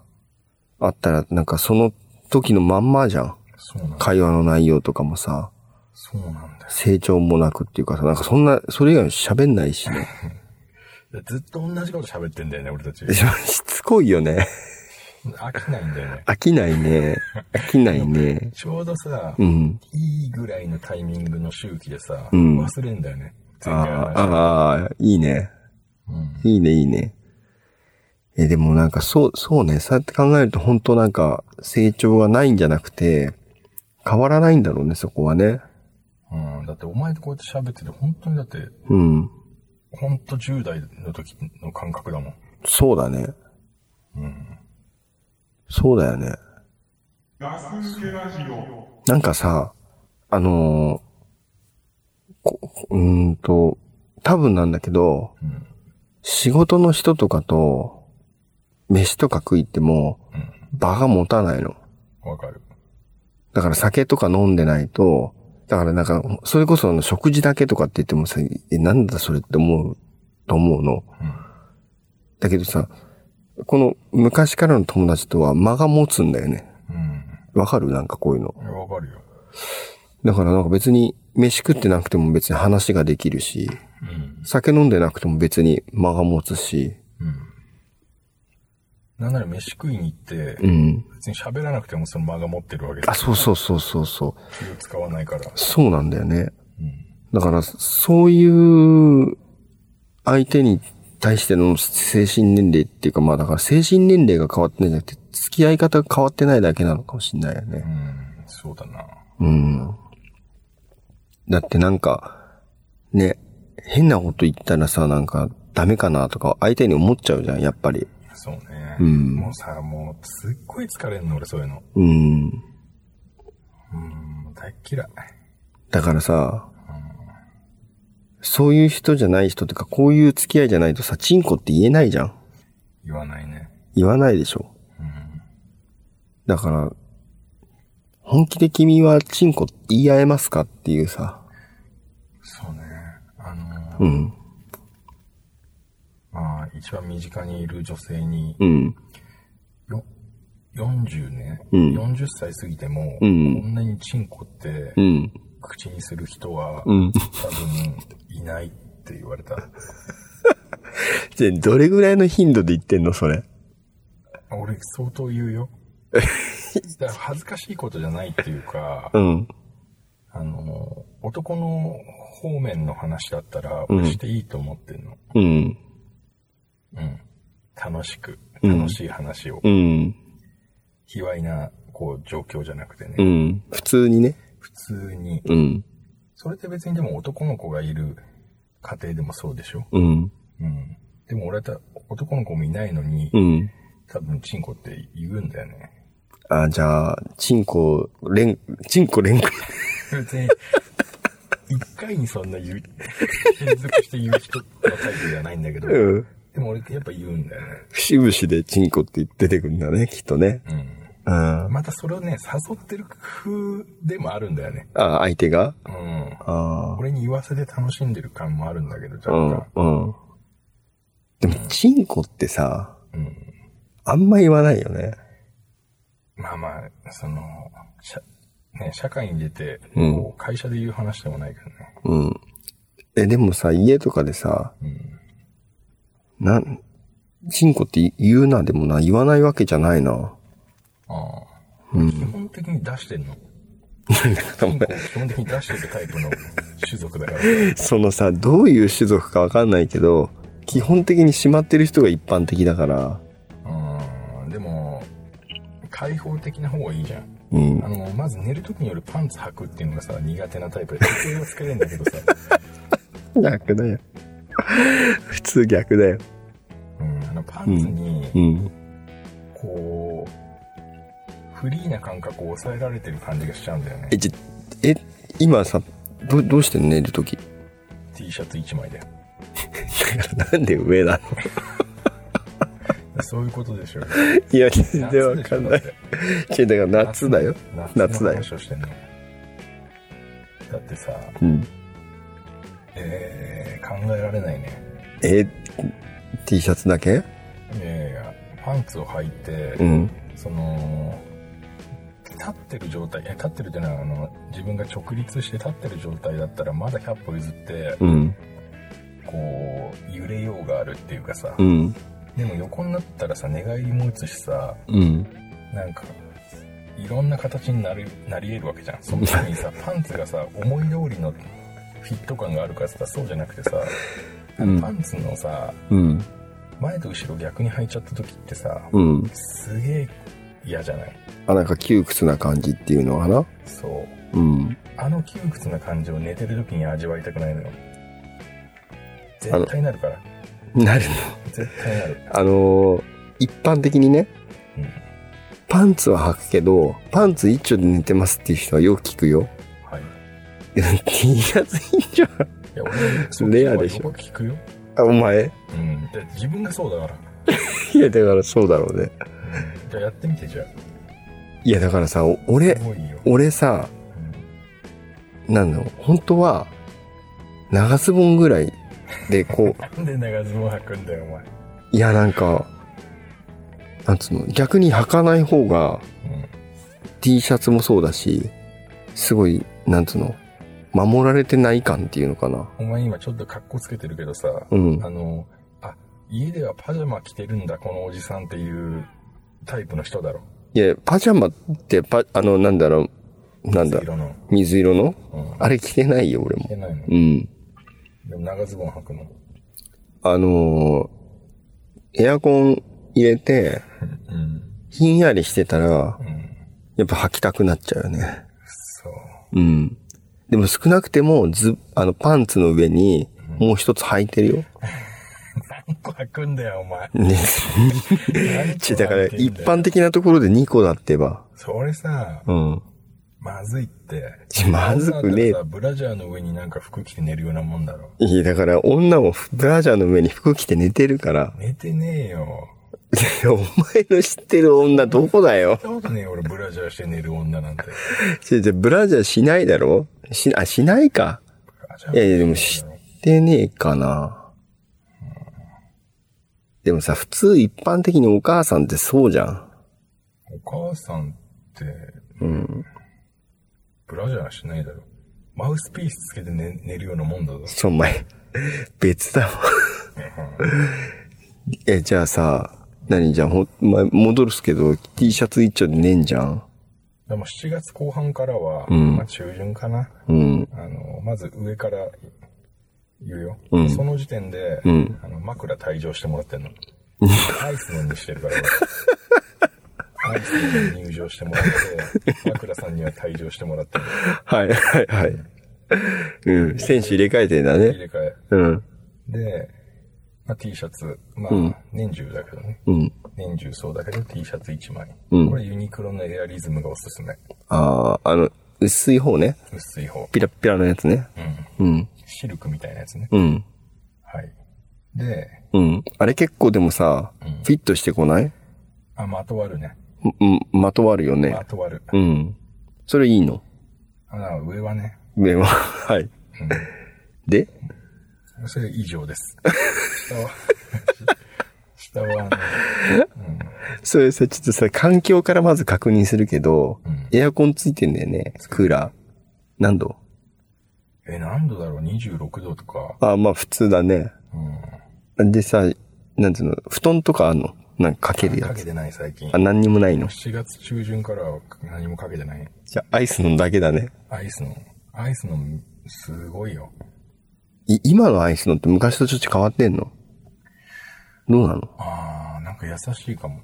S2: あったら、なんかその時のまんまじゃん。
S3: そうなんだ。
S2: 会話の内容とかもさ、
S3: そうなんだよ。
S2: 成長もなくっていうかさ、なんかそんな、それ以外は喋んないしね。
S3: でずっと同じこと喋ってんだよね、俺たち。
S2: しつこいよね。
S3: 飽きないんだよね。
S2: 飽きないね。飽きないね。
S3: ちょうどさ、
S2: うん。
S3: いいぐらいのタイミングの周期でさ、
S2: うん
S3: 忘れんだよね。
S2: あ
S3: 前回の話。
S2: あー、いいね。
S3: うん。
S2: いいね、いいね。え、でもなんかそう、そうね。そうやって考えると本当なんか成長がないんじゃなくて、変わらないんだろうね、そこはね。
S3: うん、だってお前とこうやって喋ってて、本当にだって、
S2: うん。
S3: ほんと10代の時の感覚だもん。
S2: そうだね。
S3: うん。
S2: そうだよね。
S1: ガス抜けラジオ。
S2: なんかさ、あのーこ、うーんと、多分なんだけど、
S3: うん。
S2: 仕事の人とかと、飯とか食いっても、場が持たないの。
S3: わかる。
S2: だから酒とか飲んでないと、だからなんか、それこそあの食事だけとかって言ってもさ、え、なんだそれって思う、と思うの。だけどさ、この昔からの友達とは間が持つんだよね。
S3: うん。
S2: わかるなんかこういうの。
S3: いやわかるよ。
S2: だからなんか別に飯食ってなくても別に話ができるし、
S3: うん。
S2: 酒飲んでなくても別に間が持つし、
S3: なんなら飯食いに行って、
S2: うん。
S3: 別に喋らなくてもその間が持ってるわけで
S2: あ、そうそうそうそうそう。
S3: す。気を使わないから。
S2: そうなんだよね。
S3: うん。
S2: だから、そういう相手に対しての精神年齢っていうか、まあだから精神年齢が変わってないんじゃなくて、付き合い方が変わってないだけなのかもしれないよね
S3: う。ん、そうだな。
S2: うん。だってなんか、ね、変なこと言ったらさ、なんかダメかなとか相手に思っちゃうじゃん、やっぱり。
S3: そうね。
S2: うん
S3: もうさ、もうすっごい疲れんの、俺そういうの。
S2: うん。
S3: うん、大っ嫌い。
S2: だからさ、そういう人じゃない人ってか、こういう付き合いじゃないとさ、チンコって言えないじゃん。
S3: 言わないね。
S2: 言わないでしょ。だから、本気で君はチンコって言い合えますかっていうさ。
S3: そうね。あのー
S2: うん。
S3: まあ、一番身近にいる女性に、
S2: うん。
S3: よ40ね、
S2: うん
S3: 40歳過ぎても、
S2: うん
S3: こんなにチンコって
S2: うん。
S3: 口にする人は、
S2: うん。
S3: 多分いないって言われた。
S2: で、どれぐらいの頻度で言ってんのそれ。
S3: 俺相当言 うよ。だから恥ずかしいことじゃないっていうか、
S2: ん。
S3: あの、男の方面の話だったら、俺していいと思ってんの。
S2: うん。
S3: うん。楽しく、
S2: うん
S3: 楽しい話を、
S2: うん。
S3: 卑猥な、こう、状況じゃなくてね、
S2: うん。普通にね。
S3: 普通に、
S2: うん。
S3: それって別にでも男の子がいる家庭でもそうでしょ
S2: うん。
S3: うん。でも俺はた男の子もいないのに、
S2: うん。
S3: 多分チンコって言うんだよね。
S2: あ、じゃあ、チンコ、レン、チンコレンコ。
S3: 別に、 一回にそんな言う、連続して言う人のタイプではないんだけど、
S2: うん。
S3: でも俺ってやっぱ言うんだよね。
S2: 節々でチンコって出てくるんだね、きっとね。
S3: うん。
S2: うん。あ、
S3: またそれをね、誘ってる工夫でもあるんだよね。
S2: 相手が
S3: うん。
S2: ああ。
S3: 俺に言わせて楽しんでる感もあるんだけど、
S2: う
S3: 若
S2: ん。
S3: 干。
S2: うん。でも、チンコってさ、
S3: うん。
S2: あんま言わないよね。
S3: まあまあ、その、社、ね、社会に出て、
S2: うん
S3: こう会社で言う話でもないけどね。
S2: うん。え、でもさ、家とかでさ、
S3: うん。
S2: なん、チンコって言うな、でもな、言わないわけじゃないな。
S3: ああ。
S2: うん。
S3: 基本的に出してんの。
S2: お前
S3: 基本的に出してるタイプの種族だから。
S2: そのさ、どういう種族かわかんないけど、基本的にしまってる人が一般的だから、
S3: うん。でも、開放的な方がいいじゃん。
S2: うん
S3: あ。の、まず寝る時に俺パンツ履くっていうのがさ、苦手なタイプで、時計はつけれんだけどさ。
S2: 逆だよ。 普通逆だよ。
S3: うん。あの、パンツに
S2: う、ん。
S3: こう、フリーな感覚を抑えられてる感じがしちゃうんだよね
S2: え、。じゃ、え、今さ、ど、どうしてんの寝るとき。
S3: T シャツ1枚で。
S2: だから なんで上なの
S3: そういうことでしょ。
S2: いや、全
S3: 夏でし
S2: 然
S3: ょ
S2: わかんな
S3: だ
S2: い
S3: っ。て
S2: 違うだから夏だよ。夏
S3: 夏
S2: だよ
S3: だよ。してんのだってさ、
S2: うん。
S3: えー、考えられないね。
S2: え、T シャツだけ
S3: いやいや、パンツを履いて、
S2: うん。
S3: その、立ってる状態、いや立ってるっていうのは、あの、自分が直立して立ってる状態だったら、まだ100歩譲って、
S2: うん。
S3: こう、揺れようがあるっていうかさ、
S2: うん。
S3: でも横になったらさ、寝返りも打つしさ、
S2: うん。
S3: なんか、いろんな形になる、なり得るわけじゃん。その時 にさ、パンツがさ、思い通りのフィット感があるかって言ったらそうじゃなくてさ、
S2: うん
S3: パンツのさ、
S2: うん。
S3: 前と後ろ逆に履いちゃった時ってさ、
S2: うん。
S3: すげえ嫌じゃない
S2: あ、なんか窮屈な感じっていうのかな
S3: そう。
S2: うん。
S3: あの窮屈な感じを寝てる時に味わいたくないのよ。絶対なるから。
S2: なるの。
S3: 絶対なる。
S2: あのー一般的にね、
S3: うん
S2: パンツは履くけど、パンツ一丁で寝てますっていう人はよく聞くよ。
S3: はい。い
S2: いや T シャツ一丁。
S3: や、俺、そう
S2: レアでしょ
S3: よく聞くよ。
S2: あ、お前
S3: うん。で自分がそうだから。
S2: いや、だからそうだろうね。
S3: じゃあやってみて、じゃ
S2: いや、だからさ、お
S3: あ。
S2: 俺
S3: す、ごいよ。
S2: 俺さ、
S3: うん
S2: なんだろう、本当は、長ズボンぐらいで、こう、
S3: なんで長ズボン履くんだよ、お前。
S2: いや、なんか、なんつうの、逆に履かない方が、
S3: うん
S2: T シャツもそうだし、すごい、なんつうの、守られてない感っていうのかな。
S3: お前今ちょっと格好つけてるけどさ、
S2: うん
S3: あの、あ、家ではパジャマ着てるんだ、このおじさんっていうタイプの人だろ。
S2: いや、パジャマって、パ、あの、なんだろう、なんだ
S3: 水、色の。
S2: 水色の
S3: うん。
S2: あれ着てないよ、俺
S3: 着
S2: も。
S3: てないの。
S2: うん。
S3: でも長ズボン履くの。
S2: あのーエアコン入れて、
S3: うん。
S2: ひんやりしてたら
S3: う、ん。
S2: やっぱ履きたくなっちゃうよね。
S3: そ
S2: う
S3: う。
S2: ん。でも少なくても、ず、あの、パンツの上に、もう一つ履いてるよ。
S3: 何個履くんだよ、お前。
S2: ね。
S3: 何 個
S2: ちだから、
S3: 履いて
S2: 一
S3: んだよ
S2: 般的なところで2個だってば。
S3: それさ、
S2: うん。
S3: まずいって。
S2: ちまずくねえ
S3: 女だったらさブラジャーの上になんか服着て寝るようなもんだろ。
S2: いや、だから、女もブラジャーの上に服着て寝てるから。
S3: 寝てねえよ。
S2: いやお前の知ってる女どこだよ
S3: 見。たことねえよ、俺ブラジャーして寝る女なんて。
S2: じゃ、じゃ、ブラジャーしないだろし、あ、しないか。いやいや、でも知ってねえかな。でもさ、普通一般的にお母さんってそうじゃん。
S3: お母さんって、ブラジャーしないだろ。マウスピースつけて寝寝るようなもんだぞ。
S2: ちょ、お前、別だわ。え、じゃあさ、何じゃあ、ほん、ま、戻るっすけど、T シャツ一丁でねえんじゃん。
S3: でも7月後半からは、
S2: ん
S3: まあ中旬かな。
S2: うん。
S3: あの、まず上から言うよ。
S2: うん
S3: その時点で、
S2: ん
S3: あの枕退場してもらって んの。アイスのにしてるから俺。アイスのに入場してもらって、枕さんには退場してもらってんの
S2: はい、はい、はい。うん。選手入れ替えてんだ
S3: 入
S2: ね。
S3: れ替え。
S2: うん。
S3: で、まあ、T シャツ、まあ、年中だけどね。
S2: うん。
S3: 年中そうだけど T シャツ1枚。
S2: うん
S3: これユニクロのエアリズムがおすすめ。
S2: ああ、あの、薄い方ね。
S3: 薄い方。
S2: ピラッピラのやつね。
S3: うん。
S2: うん。
S3: シルクみたいなやつね。
S2: うん。
S3: はい。で、
S2: うん。あれ結構でもさ、
S3: うん
S2: フィットしてこない
S3: あ、まとわるね。
S2: うん、まとわるよね
S3: ま。とわる。
S2: うん。それいいの
S3: あ上はね、
S2: 上は。はい。で
S3: それ以上です。下は、下はあの、
S2: それさ、ちょっとさ、環境からまず確認するけど、
S3: うん
S2: エアコンついてんだよね、クーラー。何度
S3: え、何度だろう ?26 度とか。
S2: あ、まあ普通だね。
S3: うん。
S2: でさ、なんていうの、布団とかあんのなんかかけるや
S3: かけ
S2: つ。
S3: てない最近
S2: あ、。何にもないの。
S3: 7月中旬からは何もかけてない。
S2: じゃあ、アイスのだけだね。
S3: アイスの、アイスの、すごいよ。
S2: い、今のアイスのって昔とちょっと変わってんのどうなの
S3: あー、なんか優しいかも。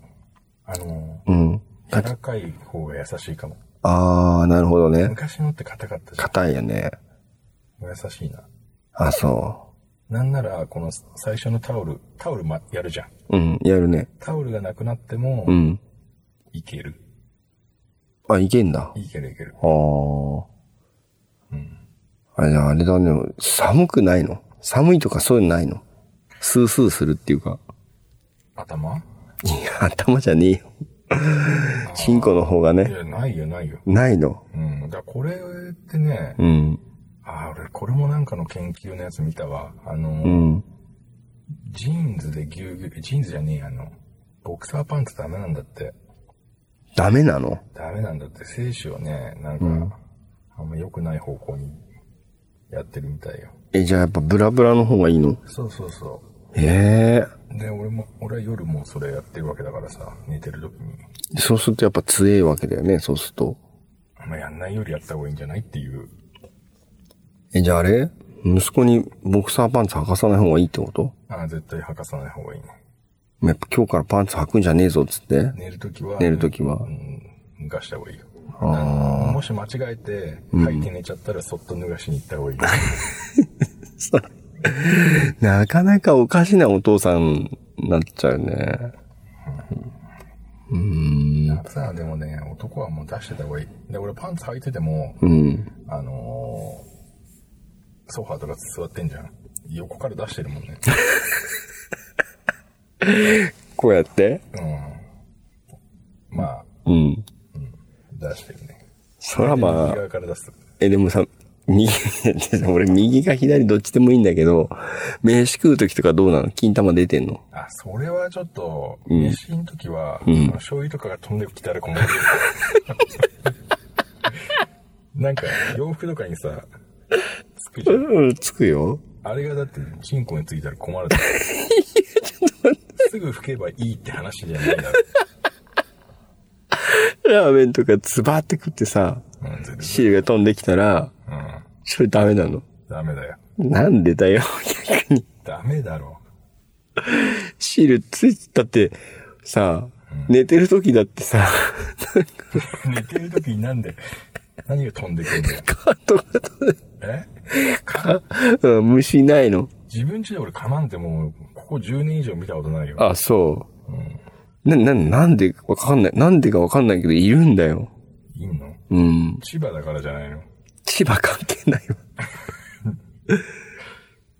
S3: あの、
S2: うん。
S3: 柔らかい方が優しいかも。
S2: あー、なるほどね。
S3: 昔のって硬かったじゃん。
S2: 硬いよね。
S3: 優しいな。
S2: あ、そ
S3: なんなら、この最初のタオル、タオルま、やるじゃん。
S2: う。うん、やるね。
S3: タオルがなくなっても
S2: う、ん。
S3: いける。
S2: あ、いけんだ。
S3: いけるいける。
S2: あー。あれだ、あれだね。寒くないの寒いとかそういうのないのスースーするっていうか。
S3: 頭
S2: いや、頭じゃねえよ。チンコの方が
S3: い
S2: ね。
S3: や、ないよないよ。
S2: ないの。
S3: うん。だからこれってね、
S2: うん。
S3: あー、俺、これもなんかの研究のやつ見たわ。あの、
S2: うん。
S3: ジーンズでぎゅうぎゅう、ジーンズじゃねえや、あの、ボクサーパンツダメなんだって。
S2: ダメなの
S3: ダメなんだって、精子をね、なんか、あんま良くない方向にやってるみたいよ。
S2: え、じゃあやっぱブラブラの方がいいの
S3: そうそうそ
S2: ええ
S3: う。で、俺も、俺は夜もそれやってるわけだからさ、寝てる時に、
S2: そうするとやっぱ強えわけだよね、そうすると。
S3: まあ、やんないよりやった方がいいんじゃないっていう。
S2: え、じゃああれ息子にボクサーパンツ履かさない方がいいってこと
S3: ああ、絶対履かさない方がいいね。
S2: やっぱ今日からパンツ履くんじゃねえぞっつって。
S3: 寝る時は、
S2: 寝るときは
S3: う。ん、脱がした方がいいよ。
S2: あ
S3: もし間違えて、履いて寝ちゃったら、そっと脱がしに行った方がいい。
S2: あ。なかなかおかしなお父さんになっちゃうね。うーん。
S3: さあ、でもね、男はもう出してた方がいい。で、俺パンツ履いてても、
S2: うん。
S3: あのー、ソファーとか座ってんじゃん。横から出してるもん ね。
S2: こうやって
S3: うん。まあ、
S2: うん。
S3: 出してるね。
S2: そらま
S3: 右
S2: あ、
S3: 側から出す。
S2: え、でもさ、右、 俺右か左どっちでもいいんだけど、飯食うときとかどうなの金玉出てんの
S3: あ、それはちょっと、飯の時は、あの醤油とかが飛んできたら 困る。なんか、洋服とかにさ、くじゃん。
S2: うん、つくよ。
S3: あれがだって、チンコについたら困るだろ。すぐ吹けばいいって話じゃないだろ。
S2: ラーメンとかズバーって食ってさ、
S3: うん、ずるい
S2: 汁が飛んできたら、
S3: うん。
S2: それダメなの。
S3: ダメだよ。
S2: なんでだよ、 逆に。
S3: ダメだろ。
S2: 汁ついたって、さ、寝てる時だってさ、
S3: 寝てる時になんで、 何が飛んでくるんだよ。
S2: カートが飛んで
S3: え
S2: うん虫いないの。
S3: 自分家で俺かまんてもう、ここ10年以上見たことないよ。
S2: あ、そう。な、な、なんでわかんない、なんでかわかんないけど、いるんだよ。
S3: いんの
S2: うん。
S3: 千葉だからじゃないの
S2: 千葉関係ないわ。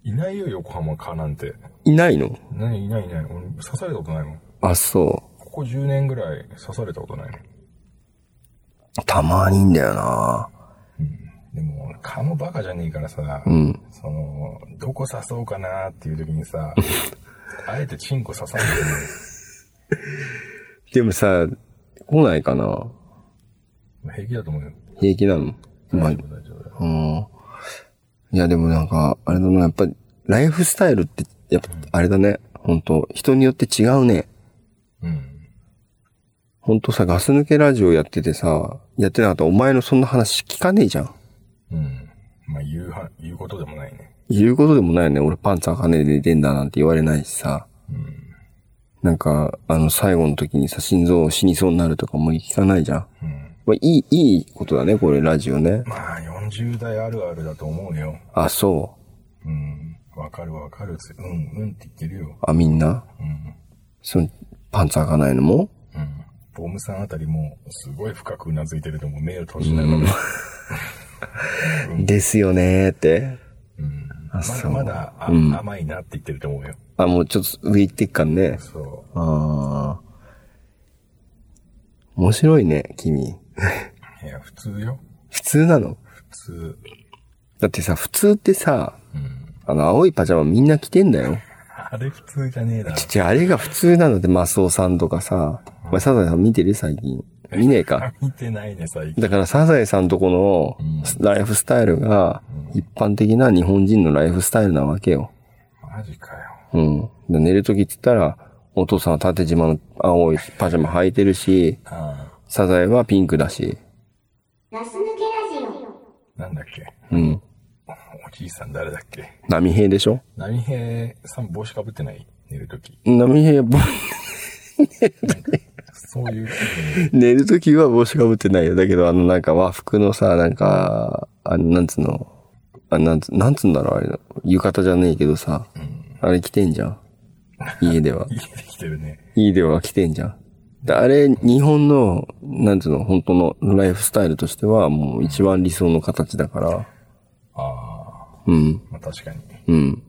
S3: いないよ、横浜かなんて。
S2: いないの
S3: 何いないいない。俺、刺されたことないもん。
S2: あ、そ
S3: ここ10年ぐらい刺されたことないの。
S2: う。たまにいいんだよな
S3: でも、俺蚊もバカじゃねえからさ、
S2: ん
S3: その、どこ刺そうかなっていう時 にさ、あえてチンコ刺されてる
S2: でもさ、来ないかな
S3: の平気だと思うよ。
S2: 平気なのまあ
S3: 大丈夫大丈夫。
S2: うん。いや、でもなんか、あれだな、やっぱ、ライフスタイルって、やっぱ、あれだね。本当人によって違うね。
S3: うん。
S2: 本当さ、ガス抜けラジオやっててさ、やってなかったらお前のそんな話聞かねえじゃん。
S3: うん。まあ、言うは、言うことでもないね。
S2: 言うことでもないよね。俺パンツ赤ねで寝てんだなんて言われないしさ。なんか、あの、最後の時にさ、心臓死にそうになるとかも聞かないじゃん。
S3: うん。
S2: まあ、いい、いいことだね、これ、ラジオね。
S3: まあ、40代あるあるだと思うよ。
S2: あ、そ
S3: うん。わかるわかるっつうん、うんって言ってるよ
S2: う。。あ、みんな
S3: うん。
S2: その、パンツ開かないのも
S3: うん。ボムさんあたりも、すごい深くうなずいてると思う。目を閉じながら。
S2: ですよねーって。
S3: うん。ま
S2: そ
S3: だ
S2: う
S3: まだ、あ甘いなって言ってると思うよ。
S2: あ、もうちょっと上行ってっかんね。
S3: そう。
S2: ああ。面白いね、君。
S3: いや、普通よ。
S2: 普通なの
S3: 普通。
S2: だってさ、普通ってさ、
S3: うん。
S2: あの、青いパジャマみんな着てんだよ。
S3: あれ普通じゃねえだろ。
S2: ち、あれが普通なので、マスオさんとかさ。お前、サザエさん見てる最近。見ねえか。
S3: 見てないね、最近。
S2: だから、サザエさんとこのライフスタイルが、一般的な日本人のライフスタイルなわけよ。
S3: マジかよ。
S2: うん。で寝るときって言ったら、お父さんは縦縞の青いパジャマ履いてるし、
S3: あ
S2: サザエはピンクだし。
S4: ガス抜けラジオ
S3: あ、なんだっけ。
S2: うん。
S3: おじいさん誰だっけ。
S2: 波平でしょ
S3: 波平さん帽子かぶってない寝るとき。
S2: 波平、ぼ
S3: そういう時に。
S2: 寝るときは帽子かぶってないよ。だけど、あの、なんか和服のさ、なんか、あの、なんつうの、あなんつ、なんつうんだろう、あれの。浴衣じゃねえけどさ、あれ着てんじゃん。家では。
S3: 家できてるね。
S2: 家では着てんじゃん。であれ、日本の、なんつうの、本当のライフスタイルとしては、もう一番理想の形だから、
S3: ああ、
S2: うん。
S3: まあ確かに。
S2: うん。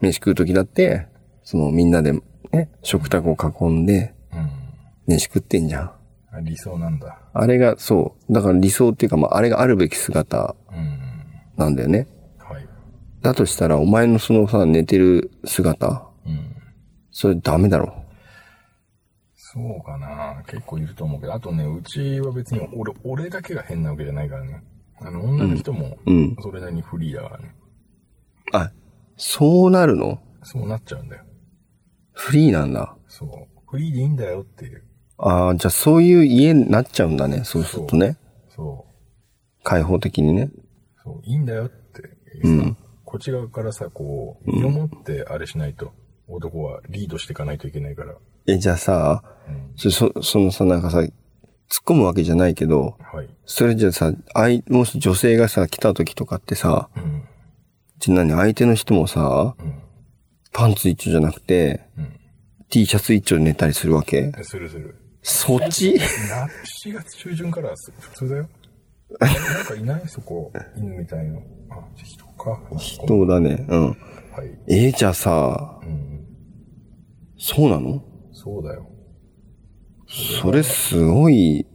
S2: 飯食うときだって、そのみんなでね、食卓を囲んで
S3: うん。
S2: 飯食ってんじゃん。
S3: 理想なんだ。
S2: あれがそう。だから理想っていうか、まあ、あれがあるべき姿
S3: うん。
S2: なんだよね。
S3: はい。
S2: だとしたら、お前のそのさ、寝てる姿、
S3: うん。
S2: それダメだろ。
S3: そうかな結構いると思うけど、あとね、うちは別に俺、俺だけが変なわけじゃないからね。あの、女の人も
S2: うん、
S3: それなりにフリーだからね。
S2: あ、そうなるの
S3: そうなっちゃうんだよ。
S2: フリーなんだ。
S3: そう。フリーでいいんだよっていう。
S2: ああ、じゃあそういう家になっちゃうんだね。そうするとね。
S3: そ
S2: 開放的にね。
S3: う。そう。いいんだよっていうさ、こっち側からさ、こう、身をもってあれしないと、男はリードしていかないといけないから。
S2: え、じゃあさ、
S3: うん。
S2: そ、そそのさ、なんかさ、突っ込むわけじゃないけど、
S3: はい。
S2: それじゃあさ、あい、もし女性がさ、来た時とかってさ、
S3: うん。
S2: じゃあ何、相手の人もさ、
S3: うん。
S2: パンツ一丁じゃなくて、
S3: うん。
S2: T シャツ一丁で寝たりするわけ
S3: えするする。
S2: そっち
S3: な、7月中旬からす普通だよ。あれなんかいないそこ、犬みたいな。あ、人か。人。
S2: そうだね。うん。
S3: はい。
S2: えーじゃあさ、
S3: うん。
S2: そうなの
S3: そうだよ。
S2: それすごい、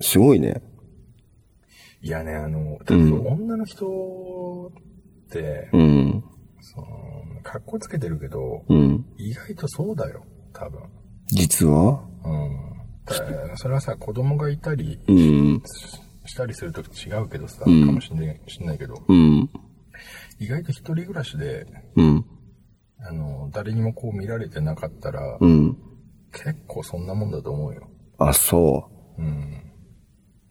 S2: すごいね。
S3: いやね、あの、多分女の人って、
S2: うん。
S3: その、格好つけてるけど、
S2: うん。
S3: 意外とそうだよ。多分。
S2: 実は
S3: うん。だからそれはさ、子供がいたり
S2: うん。
S3: したりすると違うけどさ、
S2: うん
S3: かもしんないしんないけど、
S2: うん。
S3: 意外と一人暮らしで、
S2: うん。
S3: あの、誰にもこう見られてなかったら、
S2: うん。
S3: 結構そんなもんだと思うよ。
S2: あ、そ
S3: うん。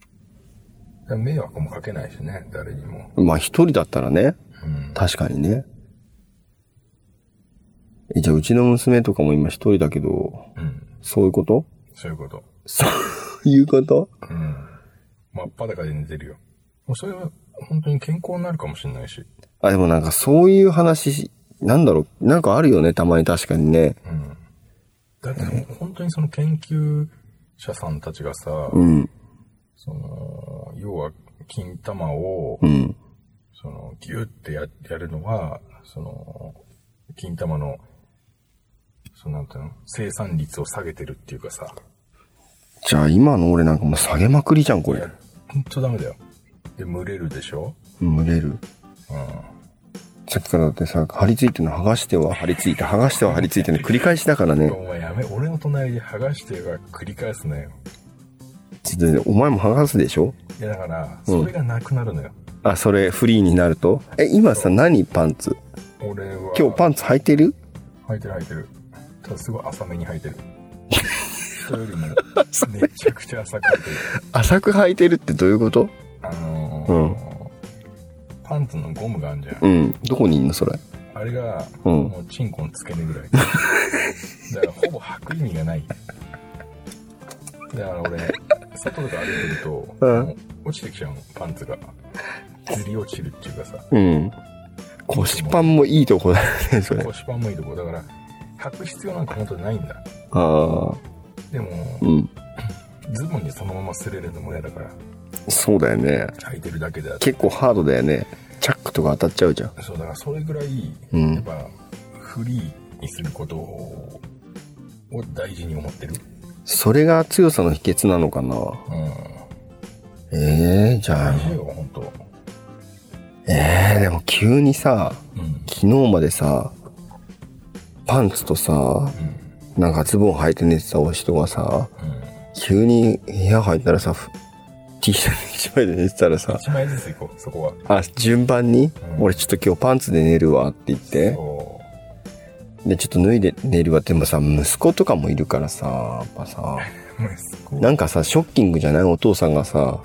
S3: だから迷惑もかけないしね、誰にも。
S2: う。まあ、一人だったらね。
S3: うん。
S2: 確かにね。えじゃあ、うちの娘とかも今一人だけど、
S3: うん。
S2: そういうこと
S3: そういうこと。
S2: そういうこと
S3: うん。真っ裸で寝てるよ。もうそれは本当に健康になるかもしれないし。
S2: あ、でもなんかそういう話、なんだろう、なんかあるよね、たまに確かにね。
S3: うん。だってもう本当にその研究者さんたちがさ、
S2: うん、
S3: その、要は金玉を、
S2: うん、
S3: その、ギュってややるのは、その、金玉の、そのなんていうの、生産率を下げてるっていうかさ、
S2: じゃあ今の俺なんかもう下げまくりじゃん、これ。
S3: ほんとダメだよ。で、蒸れるでしょ
S2: 蒸れる。
S3: うん。
S2: さっきからだってさ、張り付いてるの剥がしては張り付いて、剥がしては張り付いての繰り返しだからね。
S3: お前やめ、俺の隣で剥がしては繰り返すなよ。
S2: ちょっとねお前も剥がすでしょ
S3: いや、だから、
S2: うん
S3: それがなくなるのよ。
S2: あ、それフリーになるとえ、今さ、何パンツ
S3: 俺は、
S2: 今日パンツ履いてる
S3: 履いてる履いてる。ただすごい浅めに履いてる。人より も、めちゃくちゃ浅く履いてる。
S2: 浅く履いてるってどういうこと
S3: あのーパンツのゴムがあるじゃん。
S2: うん。どこにいんの、それ。
S3: あれが、
S2: うん
S3: もうチンコの付け根ぐらい。だからほぼ履く意味がない。だから俺、外とか歩いてると、
S2: うん
S3: もう落ちてきちゃうの、パンツが。ずり落ちるっていうかさ、
S2: うん。腰パンもいいとこだね、それ。
S3: 腰パンもいいとこ。だから、履く必要なんか本当にないんだ。
S2: ああ、
S3: でも、
S2: うん。
S3: ズボンにそのまま擦れるのも嫌だから、
S2: そうだよね。
S3: 履いてるだけであって。
S2: 結構ハードだよね。チャックとか当たっちゃうじゃん。
S3: そう、だからそれぐらい、
S2: うん
S3: やっぱ、フリーにすることを大事に思ってる。
S2: それが強さの秘訣なのかな
S3: うん。
S2: ええじゃあ
S3: 大、事よ、本当
S2: ええでも急にさ、
S3: うん。
S2: 昨日までさ、パンツとさ、
S3: うん。
S2: なんかズボン履いて寝てたお人がさ、
S3: う
S2: 急に部屋入ったらさ、ふ T シャツ一枚で寝てたら
S3: ん、
S2: さ、
S3: 1枚ずつ行こうそこは
S2: あ、順番に、
S3: うん
S2: 俺ちょっと今日パンツで寝るわって言って、
S3: そ
S2: で、ちょっと脱いで寝るわって、でもさ、息子とかもいるからさ、やっぱさ、
S3: う息子
S2: なんかさ、ショッキングじゃないお父さんがさ、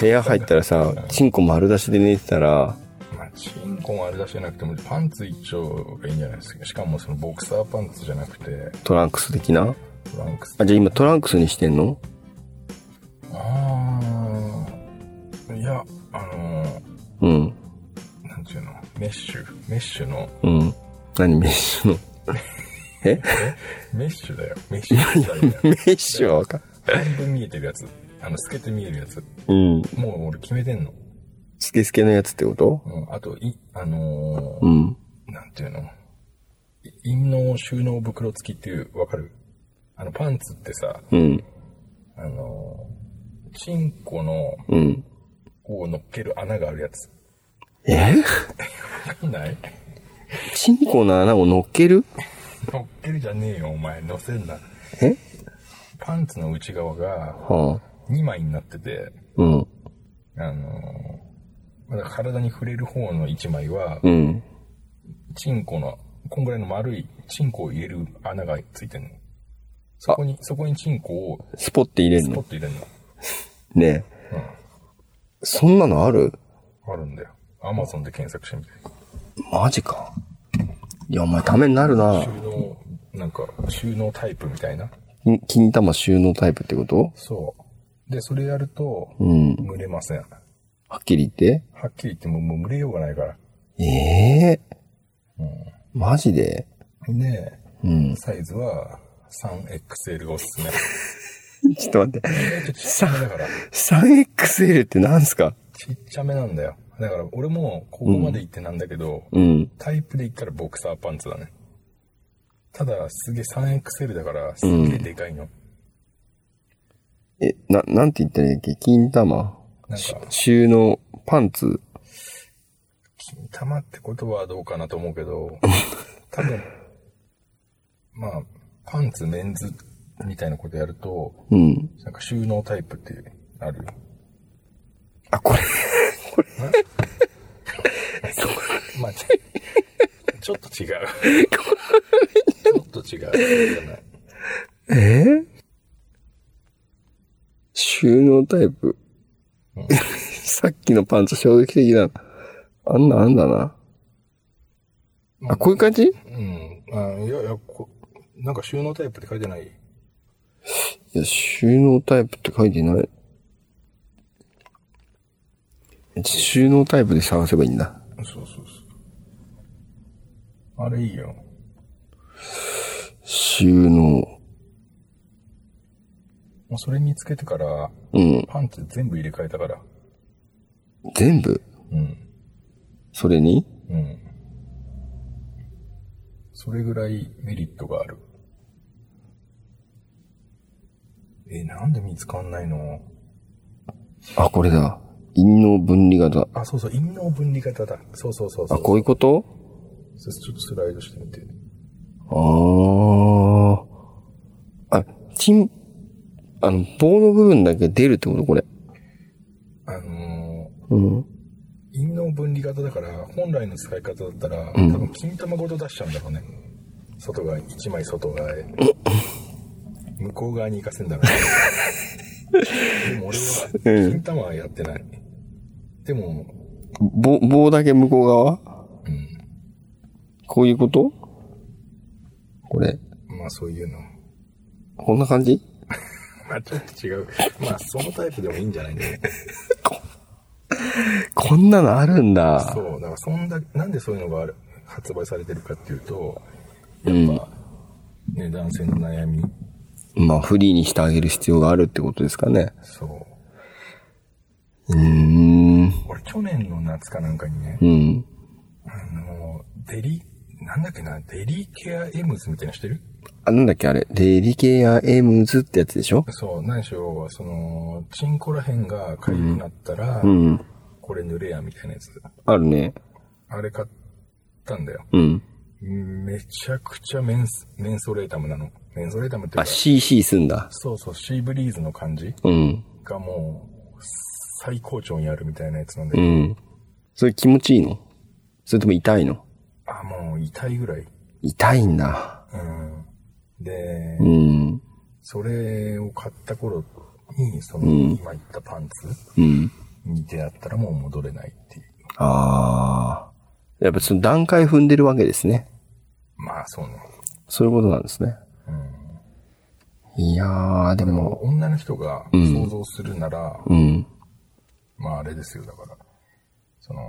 S2: 部屋入ったらさ、チンコ丸出しで寝てたら、
S3: まあチンコもあれ出してなくてもパンツ一丁がいいんじゃないですかしかもそのボクサーパンツじゃなくて
S2: トランクス的な
S3: トランクス
S2: あ、じゃあ今トランクスにしてんの
S3: ああいやあの
S2: うん。
S3: ー、なんていうのメッシュメッシュの
S2: うん。何メッシ ュの。
S3: メッシュだよメッシュだよ
S2: メッシュはわかん
S3: 半分見えてるやつあの透けて見えるやつ
S2: うん。
S3: もう俺決めてんの、
S2: スケスケのやつってこと
S3: うん、あといあのー
S2: うん。
S3: なんていうのい陰嚢収納袋付きっていう、わかるあの、パンツってさ、
S2: うん。
S3: あのー、チンコの、
S2: うん。
S3: こう乗っける穴があるやつ。
S2: え
S3: わかんない
S2: チンコの穴を乗っける
S3: 乗っけるじゃねえよ、お前。乗せんな。
S2: え
S3: パンツの内側が
S2: はあ。
S3: 2枚になってて、
S2: うん。
S3: あのー、まだ体に触れる方の1枚は、
S2: うん。
S3: チンコの、こんぐらいの丸いチンコを入れる穴がついてんの。そこに、そこにチンコを
S2: スポって入れる
S3: スポッ
S2: の
S3: と入れるの。
S2: ねえ。そんなのある
S3: あるんだよ。アマゾンで検索してみて。
S2: マジか。いや、お前ためになるな
S3: 収。納、なんか、収納タイプみたいな。
S2: 金金玉収納タイプってこと
S3: そう。で、それやると、
S2: うん。
S3: 蒸れません。は
S2: はっきり言って。
S3: っきり言っても、もう蒸れようがないから。
S2: ええマジで
S3: で、
S2: うん。
S3: サイズは 3XL がおす すめ。
S2: ちょっと待って。
S3: ちょっとちっちゃめだから、
S2: 3XL ってなんすか
S3: ちっちゃめなんだよ。だから、俺もここまで行ってなんだけど、
S2: うん。
S3: タイプで言ったらボクサーパンツだね。ただ、すげえ 3XL だから、すげえでかいの。
S2: え、な、なんて言ったらいいっけ金玉。
S3: なん
S2: し
S3: か、
S2: 収納、パンツ。
S3: 金玉ってことはどうかなと思う けど、多分、まあ、パンツ、メンズみたいなことやると、
S2: うん。
S3: なんか収納タイプってあるよ。
S2: あ、これ、
S3: まあ、ちょちょっと違う。ちょっと違う。じゃない
S2: えー収納タイプ。 さっきのパンツ衝撃的だな。あんな、あんだな。あ、こういう感じ
S3: うん。あいやいやこ、なんか収納タイプって書いてない。
S2: いや、収納タイプって書いてない。収納タイプで探せばいいんだ。
S3: そうそうそう。あれいいよ。
S2: 収納。
S3: もうそれ見つけてから、
S2: うん。
S3: パンツ全部入れ替えたから。
S2: 全部
S3: うん。
S2: それに
S3: うん。それぐらいメリットがある。えー、なんで見つかんないの
S2: あ、これだ。陰の分離型。
S3: あ、そうそう、陰陽分離型だ。そうそうそうそ
S2: あ、
S3: う。
S2: こういうこと
S3: ちょっとスライドしてみて。
S2: ああ。あ、チン、あの、棒の部分だけ出るってことこれ。
S3: あのー、
S2: うん。
S3: 陰の分離型だから本来の使い方だったら、多分金玉ごと出しちゃうんだろうね外側に1枚外 側へ向こう側に行かせんだろう でも俺は
S2: うん
S3: 金玉はやってない、でも
S2: 棒、棒だけ向こう側
S3: うん
S2: こういうことこれ。
S3: まあそういうの
S2: こんな感じ
S3: まあちょっと違うまあそのタイプでもいいんじゃない ね
S2: こんなのあるんだ。
S3: そうだからそんだなんでそういうのがある発売されてるかっていうと
S2: うん。
S3: ね男性の悩み
S2: まあ、フリーにしてあげる必要があるってことですかね。
S3: そ
S2: う
S3: う
S2: ーん。
S3: 俺去年の夏かなんかにね、
S2: うん。
S3: あの、デリ、なんだっけな、デリケアエムズみたいなのしてる
S2: あ、なんだっけあれ。デリケアエムズってやつでしょ
S3: そう、何しろ、その、チンコら辺が痒くなったら、
S2: うん。
S3: これ塗れや、みたいなやつ。
S2: あるね。
S3: あれ買ったんだよ。
S2: うん。
S3: めちゃくちゃメンス、メンソレータムなの。メンソレータムってい
S2: あ、
S3: うか、
S2: CC すんだ。
S3: そうそう、シーブリーズの感じ
S2: うん。
S3: がもう、最高潮にあるみたいなやつなんで、
S2: うん。それ気持ちいいのそれとも痛いの
S3: あ、もう痛いぐらい。
S2: 痛いんだ。
S3: うん。で、
S2: うん。
S3: それを買った頃に、その、今言ったパンツ、
S2: うん。
S3: に出会ったらもう戻れないっていう。
S2: ああ。やっぱその段階踏んでるわけですね。
S3: まあそうね。
S2: そういうことなんですね。いやー、でも、
S3: 女の人が想像するなら、
S2: うん。
S3: まああれですよ、だから。その、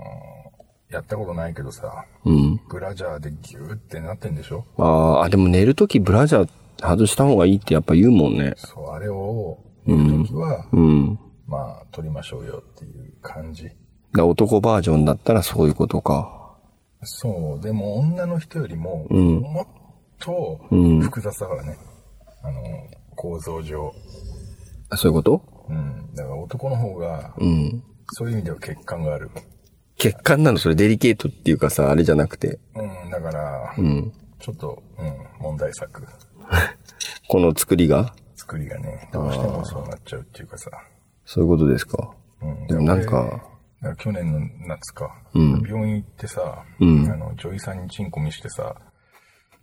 S3: やったことないけどさ、
S2: うん。
S3: ブラジャーでギューってなってんでしょ
S2: あーあ、でも寝るときブラジャー外した方がいいってやっぱ言うもんね。
S3: そう、あれを見るときは、
S2: うん。だか
S3: まあ取りましょうよっていう感じ。
S2: ら男バージョンだったらそういうことか。
S3: そう、でも女の人よりも、
S2: ん
S3: もっと
S2: うん
S3: 複雑だからね。あの、構造上。
S2: あそういうこと
S3: うん。だから男の方が、
S2: うん。
S3: そういう意味では欠陥がある。
S2: 血管なのそれデリケートっていうかさ、あれじゃなくて。
S3: うん、だから、
S2: うん。
S3: ちょっと、うん、問題作。
S2: この作りが
S3: 作りがね、どうしてもそうなっちゃうっていうかさ。
S2: そういうことですか。
S3: うん、
S2: でもなんか、
S3: だから去年の夏か、病院行ってさ、
S2: ん
S3: あの、女医さんにチンコ見してさ、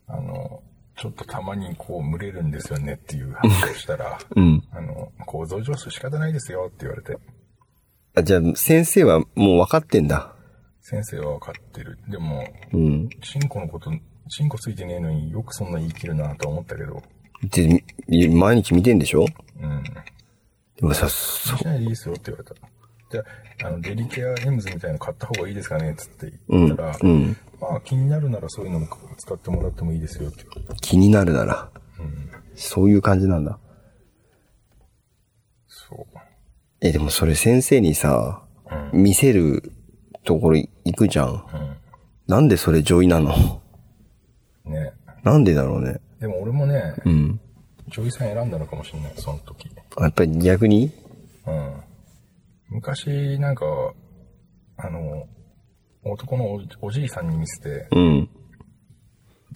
S3: あの、ちょっとたまにこう、群れるんですよねっていう話をしたら、
S2: うん。
S3: あの、構造上仕方ないですよって言われて、
S2: あ、じゃあ先生はもう分かってんだ。
S3: 先生は分かってる。でも、
S2: うん。
S3: チンコのこと、チンコついてねえのによくそんな言い切るなとは思ったけど、
S2: で、み毎日見てんでしょ
S3: うん。
S2: でもさ、そ
S3: しないでいいですよって言われた。じゃあ、あの、デリケアエムズみたいなの買った方がいいですかねっつって言ったら、
S2: うん。
S3: まあ気になるならそういうのも使ってもらってもいいですよって言われた。
S2: 気になるなら、そういう感じなんだ。
S3: そう。
S2: え、でもそれ先生にさ、見せるところ行くじゃん。なんでそれ上位なの
S3: ね。
S2: なんでだろうね。
S3: でも俺もね、
S2: うん。
S3: 女優さん選んだのかもしれない、その時。
S2: やっぱり逆に
S3: うん。昔、なんか、あの、男のおおじいさんに見せて、
S2: うん。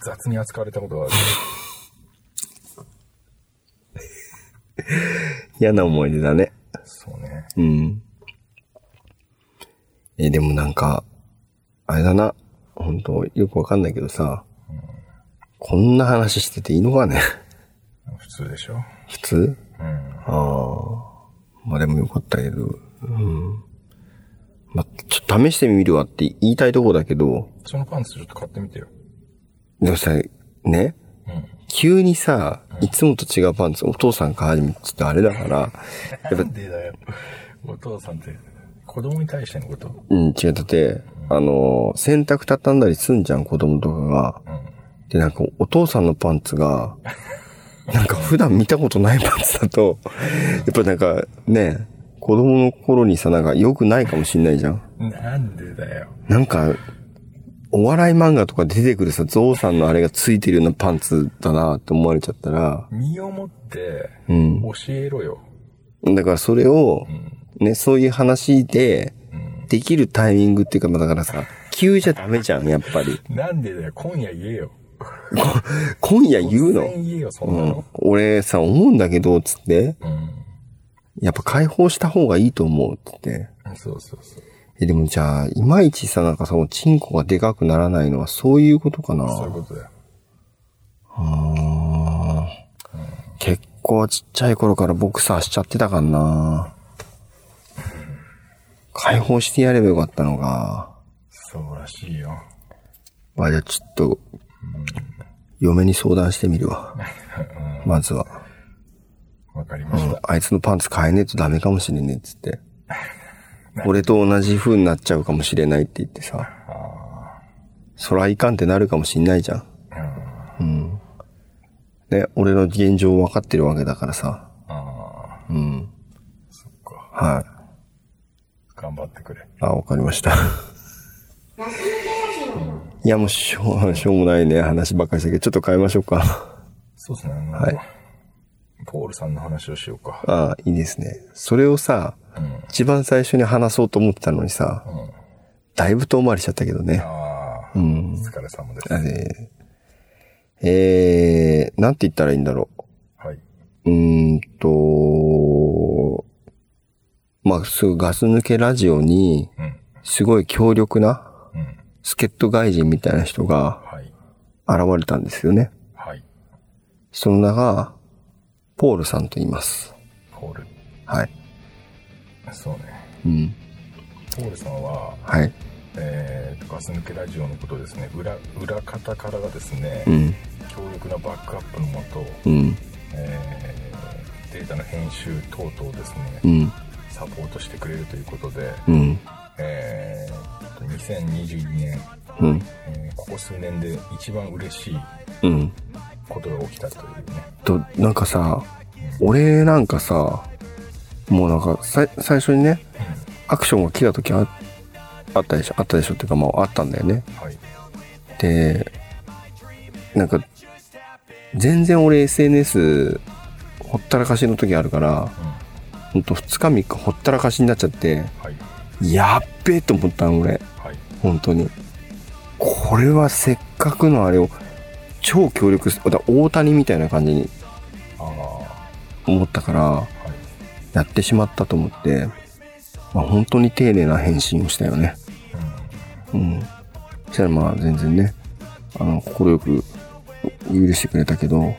S3: 雑に扱われたことがある。
S2: 嫌な思い出だね。
S3: そうね。
S2: うん。え、でもなんか、あれだな。本当よくわかんないけどさ、こんな話してていいのかね
S3: 普通でしょ。
S2: 普通
S3: うん。
S2: ああ。まあでもよかったけど。うん。まあ、ちょっと試してみるわって言いたいとこだけど、
S3: そのパンツちょっと買ってみてよ。
S2: でもさ、ね、
S3: うん。
S2: 急にさ、いつもと違うパンツ、お父さん買い始めちょっとあれだから、
S3: なんでだよ。お父さんって、子供に対してのこと。
S2: うん、違う。だって、あの、洗濯畳んだりすんじゃん、子供とかが。
S3: うん。
S2: で、なんか、お父さんのパンツが、なんか普段見たことないパンツだと、やっぱなんか、ね、子供の頃にさ、なんか良くないかもしんないじゃん。
S3: なんでだよ。
S2: なんか、お笑い漫画とか出てくるさ、ゾウさんのあれがついてるようなパンツだなって思われちゃったら、
S3: 身をもって、
S2: うん。
S3: 教えろよ。
S2: だからそれを
S3: う、ん。
S2: ね、そういう話で、できるタイミングっていうか、まあだからさ、急じゃダメじゃん、やっぱり。
S3: なんでだよ。今夜言えよ。
S2: 今夜言うの
S3: 突然言えよ、そ
S2: うん
S3: なの
S2: ん。。俺さ、思うんだけど、つって、
S3: うん。
S2: やっぱ解放した方がいいと思う、つって。
S3: そうそうそう。
S2: え、でもじゃあ、いまいちさ、なんかその、チンコがでかくならないのはそういうことかな。
S3: そういうことだよ。
S2: あー結構ちっちゃい頃からボクサーしちゃってたからな。解放してやればよかったのか。
S3: そうらしいよ。
S2: まあじゃあちょっと、嫁に相談してみる わ。まずは。
S3: わかりました。
S2: あいつのパンツ変えねえとダメかもしれねえっつ って。俺と同じ風になっちゃうかもしれないって言ってさ。そらいかんってなるかもしんないじゃん。うん。ね、俺の現状分かってるわけだからさ。
S3: ああ、
S2: うん。
S3: そっか。
S2: はい。
S3: 頑張ってくれ。
S2: あ、わかりました。
S4: ガス抜けラジオ
S2: いや、もうしょう、しょうもないね、話ばっかりしたけど、ちょっと変えましょう か。
S3: そうですね。あの
S2: はい
S3: ポールさんの話をしようか。
S2: ああ、いいですね。それをさ、
S3: うん。
S2: 一番最初に話そうと思ってたのにさ、
S3: うん。
S2: だいぶ遠回りしちゃったけどね。
S3: ああ、
S2: うん
S3: お疲れ様です。
S2: あれえー、なんて言ったらいいんだろ
S3: はい。
S2: う。うーんと、まあ、すぐガス抜けラジオに、
S3: うん。
S2: すごい強力な、
S3: うん。
S2: 助っ人外人みたいな人が
S3: はい。
S2: 現れたんですよね。
S3: はい。
S2: その名が、ポールさんと言います。
S3: ポール。
S2: はい。
S3: そうね。
S2: うん。
S3: ポールさんは、
S2: はい。
S3: えーと、ガス抜けラジオのことですね、裏、裏方からがですね、
S2: うん。
S3: 強力なバックアップのもと、
S2: うん。
S3: えーデータの編集等々ですね、
S2: うん。
S3: サポートしてくれるということで、
S2: うん。
S3: えーと、2022年、
S2: うん。
S3: えーここ数年で一番嬉しい
S2: うん。
S3: ことが起きたというね。
S2: と、なんかさ、俺なんかさ、もうなんか、さい、最初にね、アクションが来た時ああったでしょあったでしょっていうかまああったんだよね。
S3: はい。
S2: で、なんか、全然俺 SNS ほったらかしの時あるから、
S3: うん。
S2: ほんと2日3日ほったらかしになっちゃって、
S3: はい。
S2: やっべえと思ったの俺。
S3: はい。
S2: 本当に。これはせっかくのあれを超強力す、だから大谷みたいな感じに
S3: ああ、は
S2: 思ったから、
S3: い。
S2: やってしまったと思って、まあ、本当に丁寧な返信をしたよね。うん。そしたらまあ全然ね、あの、快く許してくれたけど、
S3: いや、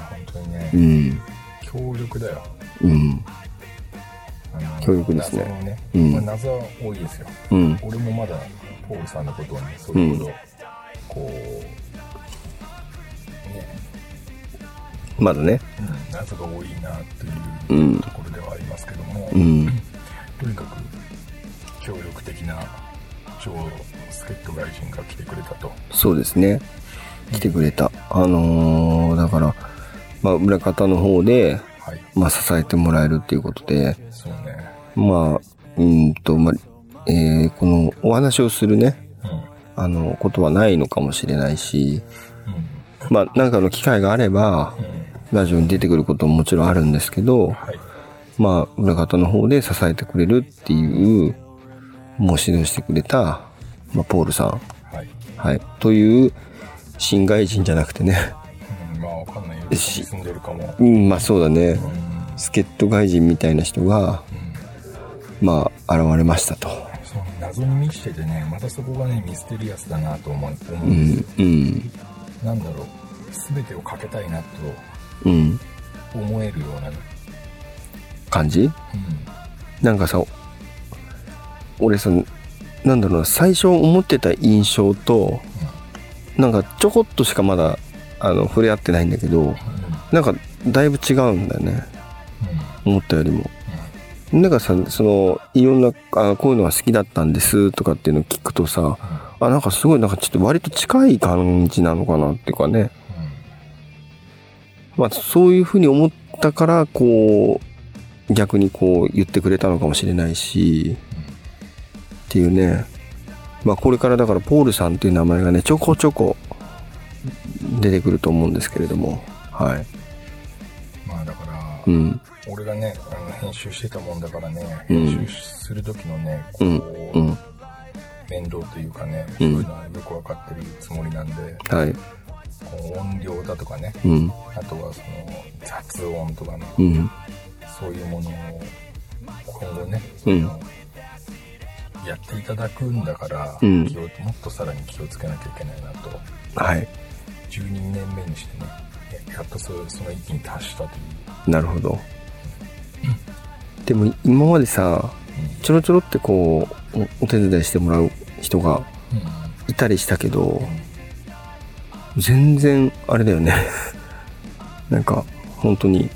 S3: 本当にね
S2: う、ん、
S3: 強力だよ。
S2: うん、
S3: あの
S2: 強力ですね
S3: 謎のね、
S2: うん
S3: まあ、謎は多いですよ。
S2: うん、
S3: 俺もまだポールさんのことをねそういうほど、こうね、
S2: まだね、
S3: うん、謎が多いなと
S2: う
S3: いうんところではありますけども、
S2: うん、
S3: とにかく協力的な超助っ人外人が来てくれたと
S2: そうですね。来てくれた。あのー、だから、まあ、裏方の方で、
S3: はい
S2: まあ、支えてもらえるっていうことで、
S3: そうね
S2: まあ、うーんと、まあ、えーこのお話をするね、
S3: う
S2: あの、ことはないのかもしれないし、
S3: んうん
S2: まあ、なんかの機会があれば、ラジオに出てくることももちろんあるんですけど、
S3: はい
S2: まあ、裏方の方で支えてくれるっていう、もう指導してくれた、まあ、ポールさん。
S3: はい、
S2: はい。という、新外人じゃなくてね。
S3: うん、まあわかんないよ
S2: し
S3: 住んでるかも
S2: うん、まあそうだね。
S3: うん
S2: 助っ人外人みたいな人が、まあ、現れましたと。
S3: その謎に満ちててねまたそこがねミステリアスだなと思う思う
S2: うん
S3: です
S2: ん
S3: よ、、
S2: うん、
S3: なんだろう全てをかけたいなと
S2: うん。
S3: 思えるような、うん、
S2: 感じなんかさ、俺さ、なんだろうな、最初思ってた印象と、なんかちょこっとしかまだ、あの、触れ合ってないんだけど、なんか、だいぶ違うんだよね。思ったよりも。なんかさ、その、いろんな、あこういうのが好きだったんですとかっていうのを聞くとさ、あ、なんかすごい、なんかちょっと割と近い感じなのかなっていうかね。まあ、そういうふうに思ったから、こう、逆にこう言ってくれたのかもしれないし、っていうね。まあ、これからだから、ポールさんっていう名前がね、ちょこちょこ出てくると思うんですけれども、はい。
S3: まあだから、
S2: うん、
S3: 俺がねあの編集してたもんだからね
S2: うん
S3: 編集する時のね
S2: う
S3: こう、
S2: ん、うん、
S3: 面倒というかね、
S2: うん
S3: そういうのはよく分かってるつもりなんで
S2: はい、
S3: こう音量だとかね
S2: うん、
S3: あとはその雑音とかね
S2: うん、
S3: そういうものを今後ね、
S2: うん
S3: やっていただくんだから、
S2: うん
S3: 気をもっとさらに気をつけなきゃいけないなと
S2: はい。
S3: 12年目にしてねやっとそその域に達したという、
S2: なるほど。でも今までさ、ちょろちょろってこう、おお手伝いしてもらう人が
S3: うん
S2: いたりしたけど、全然あれだよね。 なんか、本当に、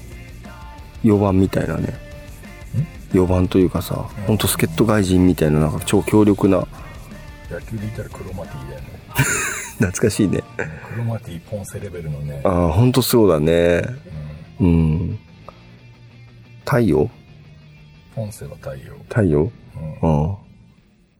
S2: 4番みたいなね。4番というかさ、ほんと助っ人外人みたいな、なんか超強力な、
S3: 野球で言ったらクロマティだよね
S2: 懐かしいね。
S3: クロマティポンセレベルのね、
S2: ああ、ほんとそうだね。
S3: うん
S2: うん。太陽
S3: ポンセは太陽、
S2: 太陽
S3: うん
S2: うん。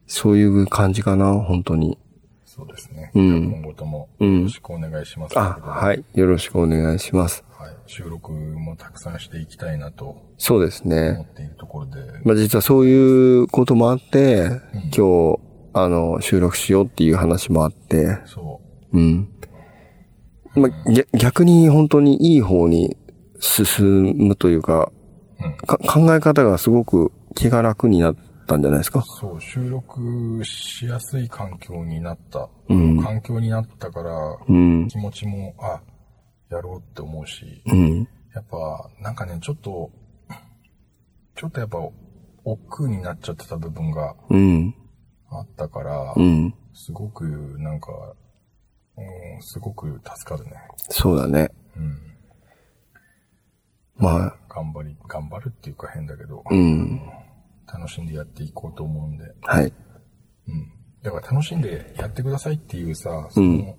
S2: そういう感じかな、本当に。
S3: そうですね、
S2: うん
S3: 今後とも
S2: う
S3: よ
S2: ん
S3: ろしくお願いしますという
S2: あ
S3: こ、とで、
S2: はい。よろしくお願いします。
S3: はい収録もたくさんしていきたいなと
S2: そうです
S3: 思っ
S2: ね。
S3: ているところで、
S2: まあ実はそういうこともあって、今日、あの、収録しようっていう話もあって、
S3: そう
S2: うん。まあ、ぎゃ逆に本当にいい方に進むというか、
S3: うん
S2: か考え方がすごく気が楽になったんじゃないですか。
S3: そう、収録しやすい環境になった。
S2: うん
S3: 環境になったから、
S2: うん。
S3: 気持ちも、あ、やろうって思うし、
S2: うん。
S3: やっぱ、なんかね、ちょっと、ちょっとやっぱ、億劫になっちゃってた部分が
S2: うん。
S3: あったから、
S2: うん。
S3: すごく、なんか、うん、すごく助かるね。
S2: そうだね。
S3: うん。
S2: まあ、
S3: 頑張り、頑張るっていうか変だけど、
S2: うん。
S3: 楽しんでやっていこうと思うんで。
S2: はい。
S3: うん。だから楽しんでやってくださいっていうさ、その、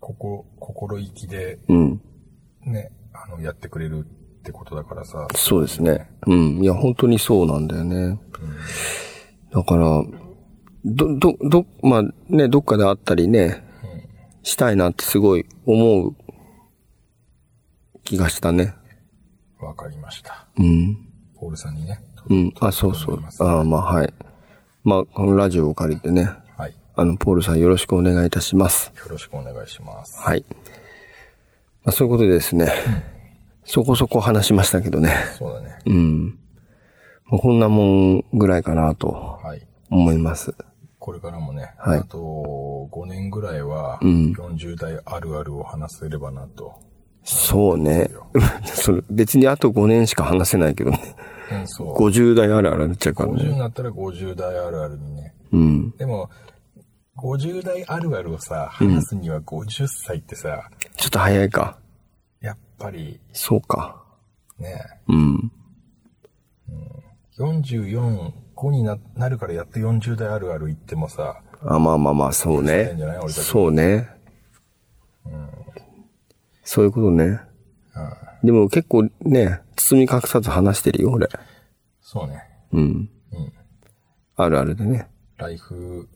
S3: ここ、心意気で
S2: うん。
S3: ね、あの、やってくれるってことだからさ、
S2: そうですね。うん。いや、本当にそうなんだよね。だから、ど、ど、ど、まあね、どっかであったりね、したいなってすごい思う気がしたね。
S3: わかりました。
S2: うん。
S3: ポールさんにね。
S2: うん。あ、そうそう。ああ、まあ、はい。まあ、このラジオを借りてね、
S3: はい。よ
S2: あの、ポールさんよろしくお願いいたします。
S3: ろしくお願いします。
S2: はい。まあ、そういうことでですね、そこそこ話しましたけどね。
S3: そうだね。
S2: うん。まあ、こんなもんぐらいかなと
S3: はい。
S2: 思います。
S3: これからもね、
S2: はい
S3: あと5年ぐらいは、
S2: ん
S3: 40代あるあるを話せればなと。
S2: そうね。 それ別にあと5年しか話せないけどね。
S3: うん、そう。
S2: 50代あるあるになっちゃうから
S3: 50
S2: ね。
S3: になったら50代あるあるにね。
S2: うん。
S3: でも、50代あるあるをさ、話すには50歳ってさ、
S2: ちょっと早いか。
S3: やっぱり
S2: そうか。
S3: ね、
S2: うん。
S3: 44、5にななるからやって40代あるある言ってもさ、
S2: あ、まあまあまあ、そう
S3: そうなん
S2: ね
S3: じゃない。俺たち
S2: そうね。そういうことね。でも結構ね、包み隠さず話してるよ、俺。
S3: そうね。
S2: うん。あるあるでね。
S3: ライフ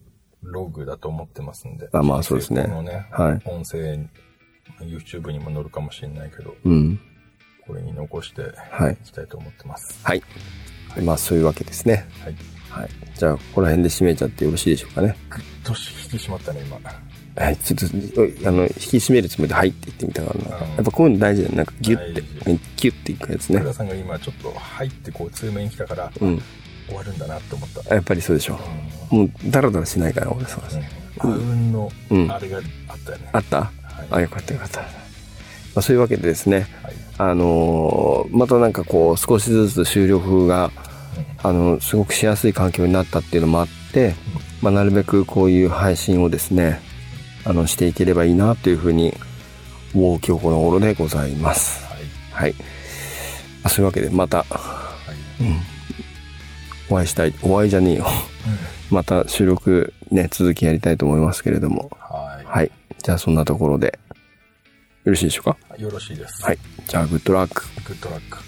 S3: ログだと思ってますんで。
S2: あまあそうですね
S3: このね、
S2: はい
S3: 音声、YouTube にも載るかもしれないけど、
S2: うん。
S3: これに残して
S2: はい
S3: いきたいと思ってます。
S2: はい。まあそういうわけですね。
S3: はい。
S2: はい。じゃあ、ここら辺で締めちゃってよろしいでしょうかね。
S3: どし引き締まったね、今。
S2: はい、ちょっと、おいあの、引き締めるつもりで、はいって言ってみたからな。
S3: うん
S2: やっぱこういうの大事だよね。なんかギュッて
S3: 大、
S2: ギュッていくやつね
S3: 福。田さんが今ちょっと入ってこう強めに来たから、
S2: うん。
S3: 終わるんだなって思った。
S2: やっぱりそうでしょ。もう、ダラダラしないから、俺そうです。
S3: あうんの
S2: うん
S3: あれがあったよね。
S2: あったあ、よかったよかった。まあ、そういうわけでですね、
S3: はい
S2: あのーまたなんかこう、少しずつ収録が、あの、すごくしやすい環境になったっていうのもあって、まあ、なるべくこういう配信をですね、あの、していければいいなというふうに、もう今日この頃でございます。
S3: はい
S2: はい。まあそういうわけで、また、
S3: はい
S2: お会いしたい。お会いじゃねえよ。 また収録ね、続きやりたいと思いますけれども。
S3: は
S2: はい。じゃあそんなところで、よろしいでしょうか
S3: い。よろしいです。
S2: はい。じゃあ、グッドラック。
S3: グッドラック。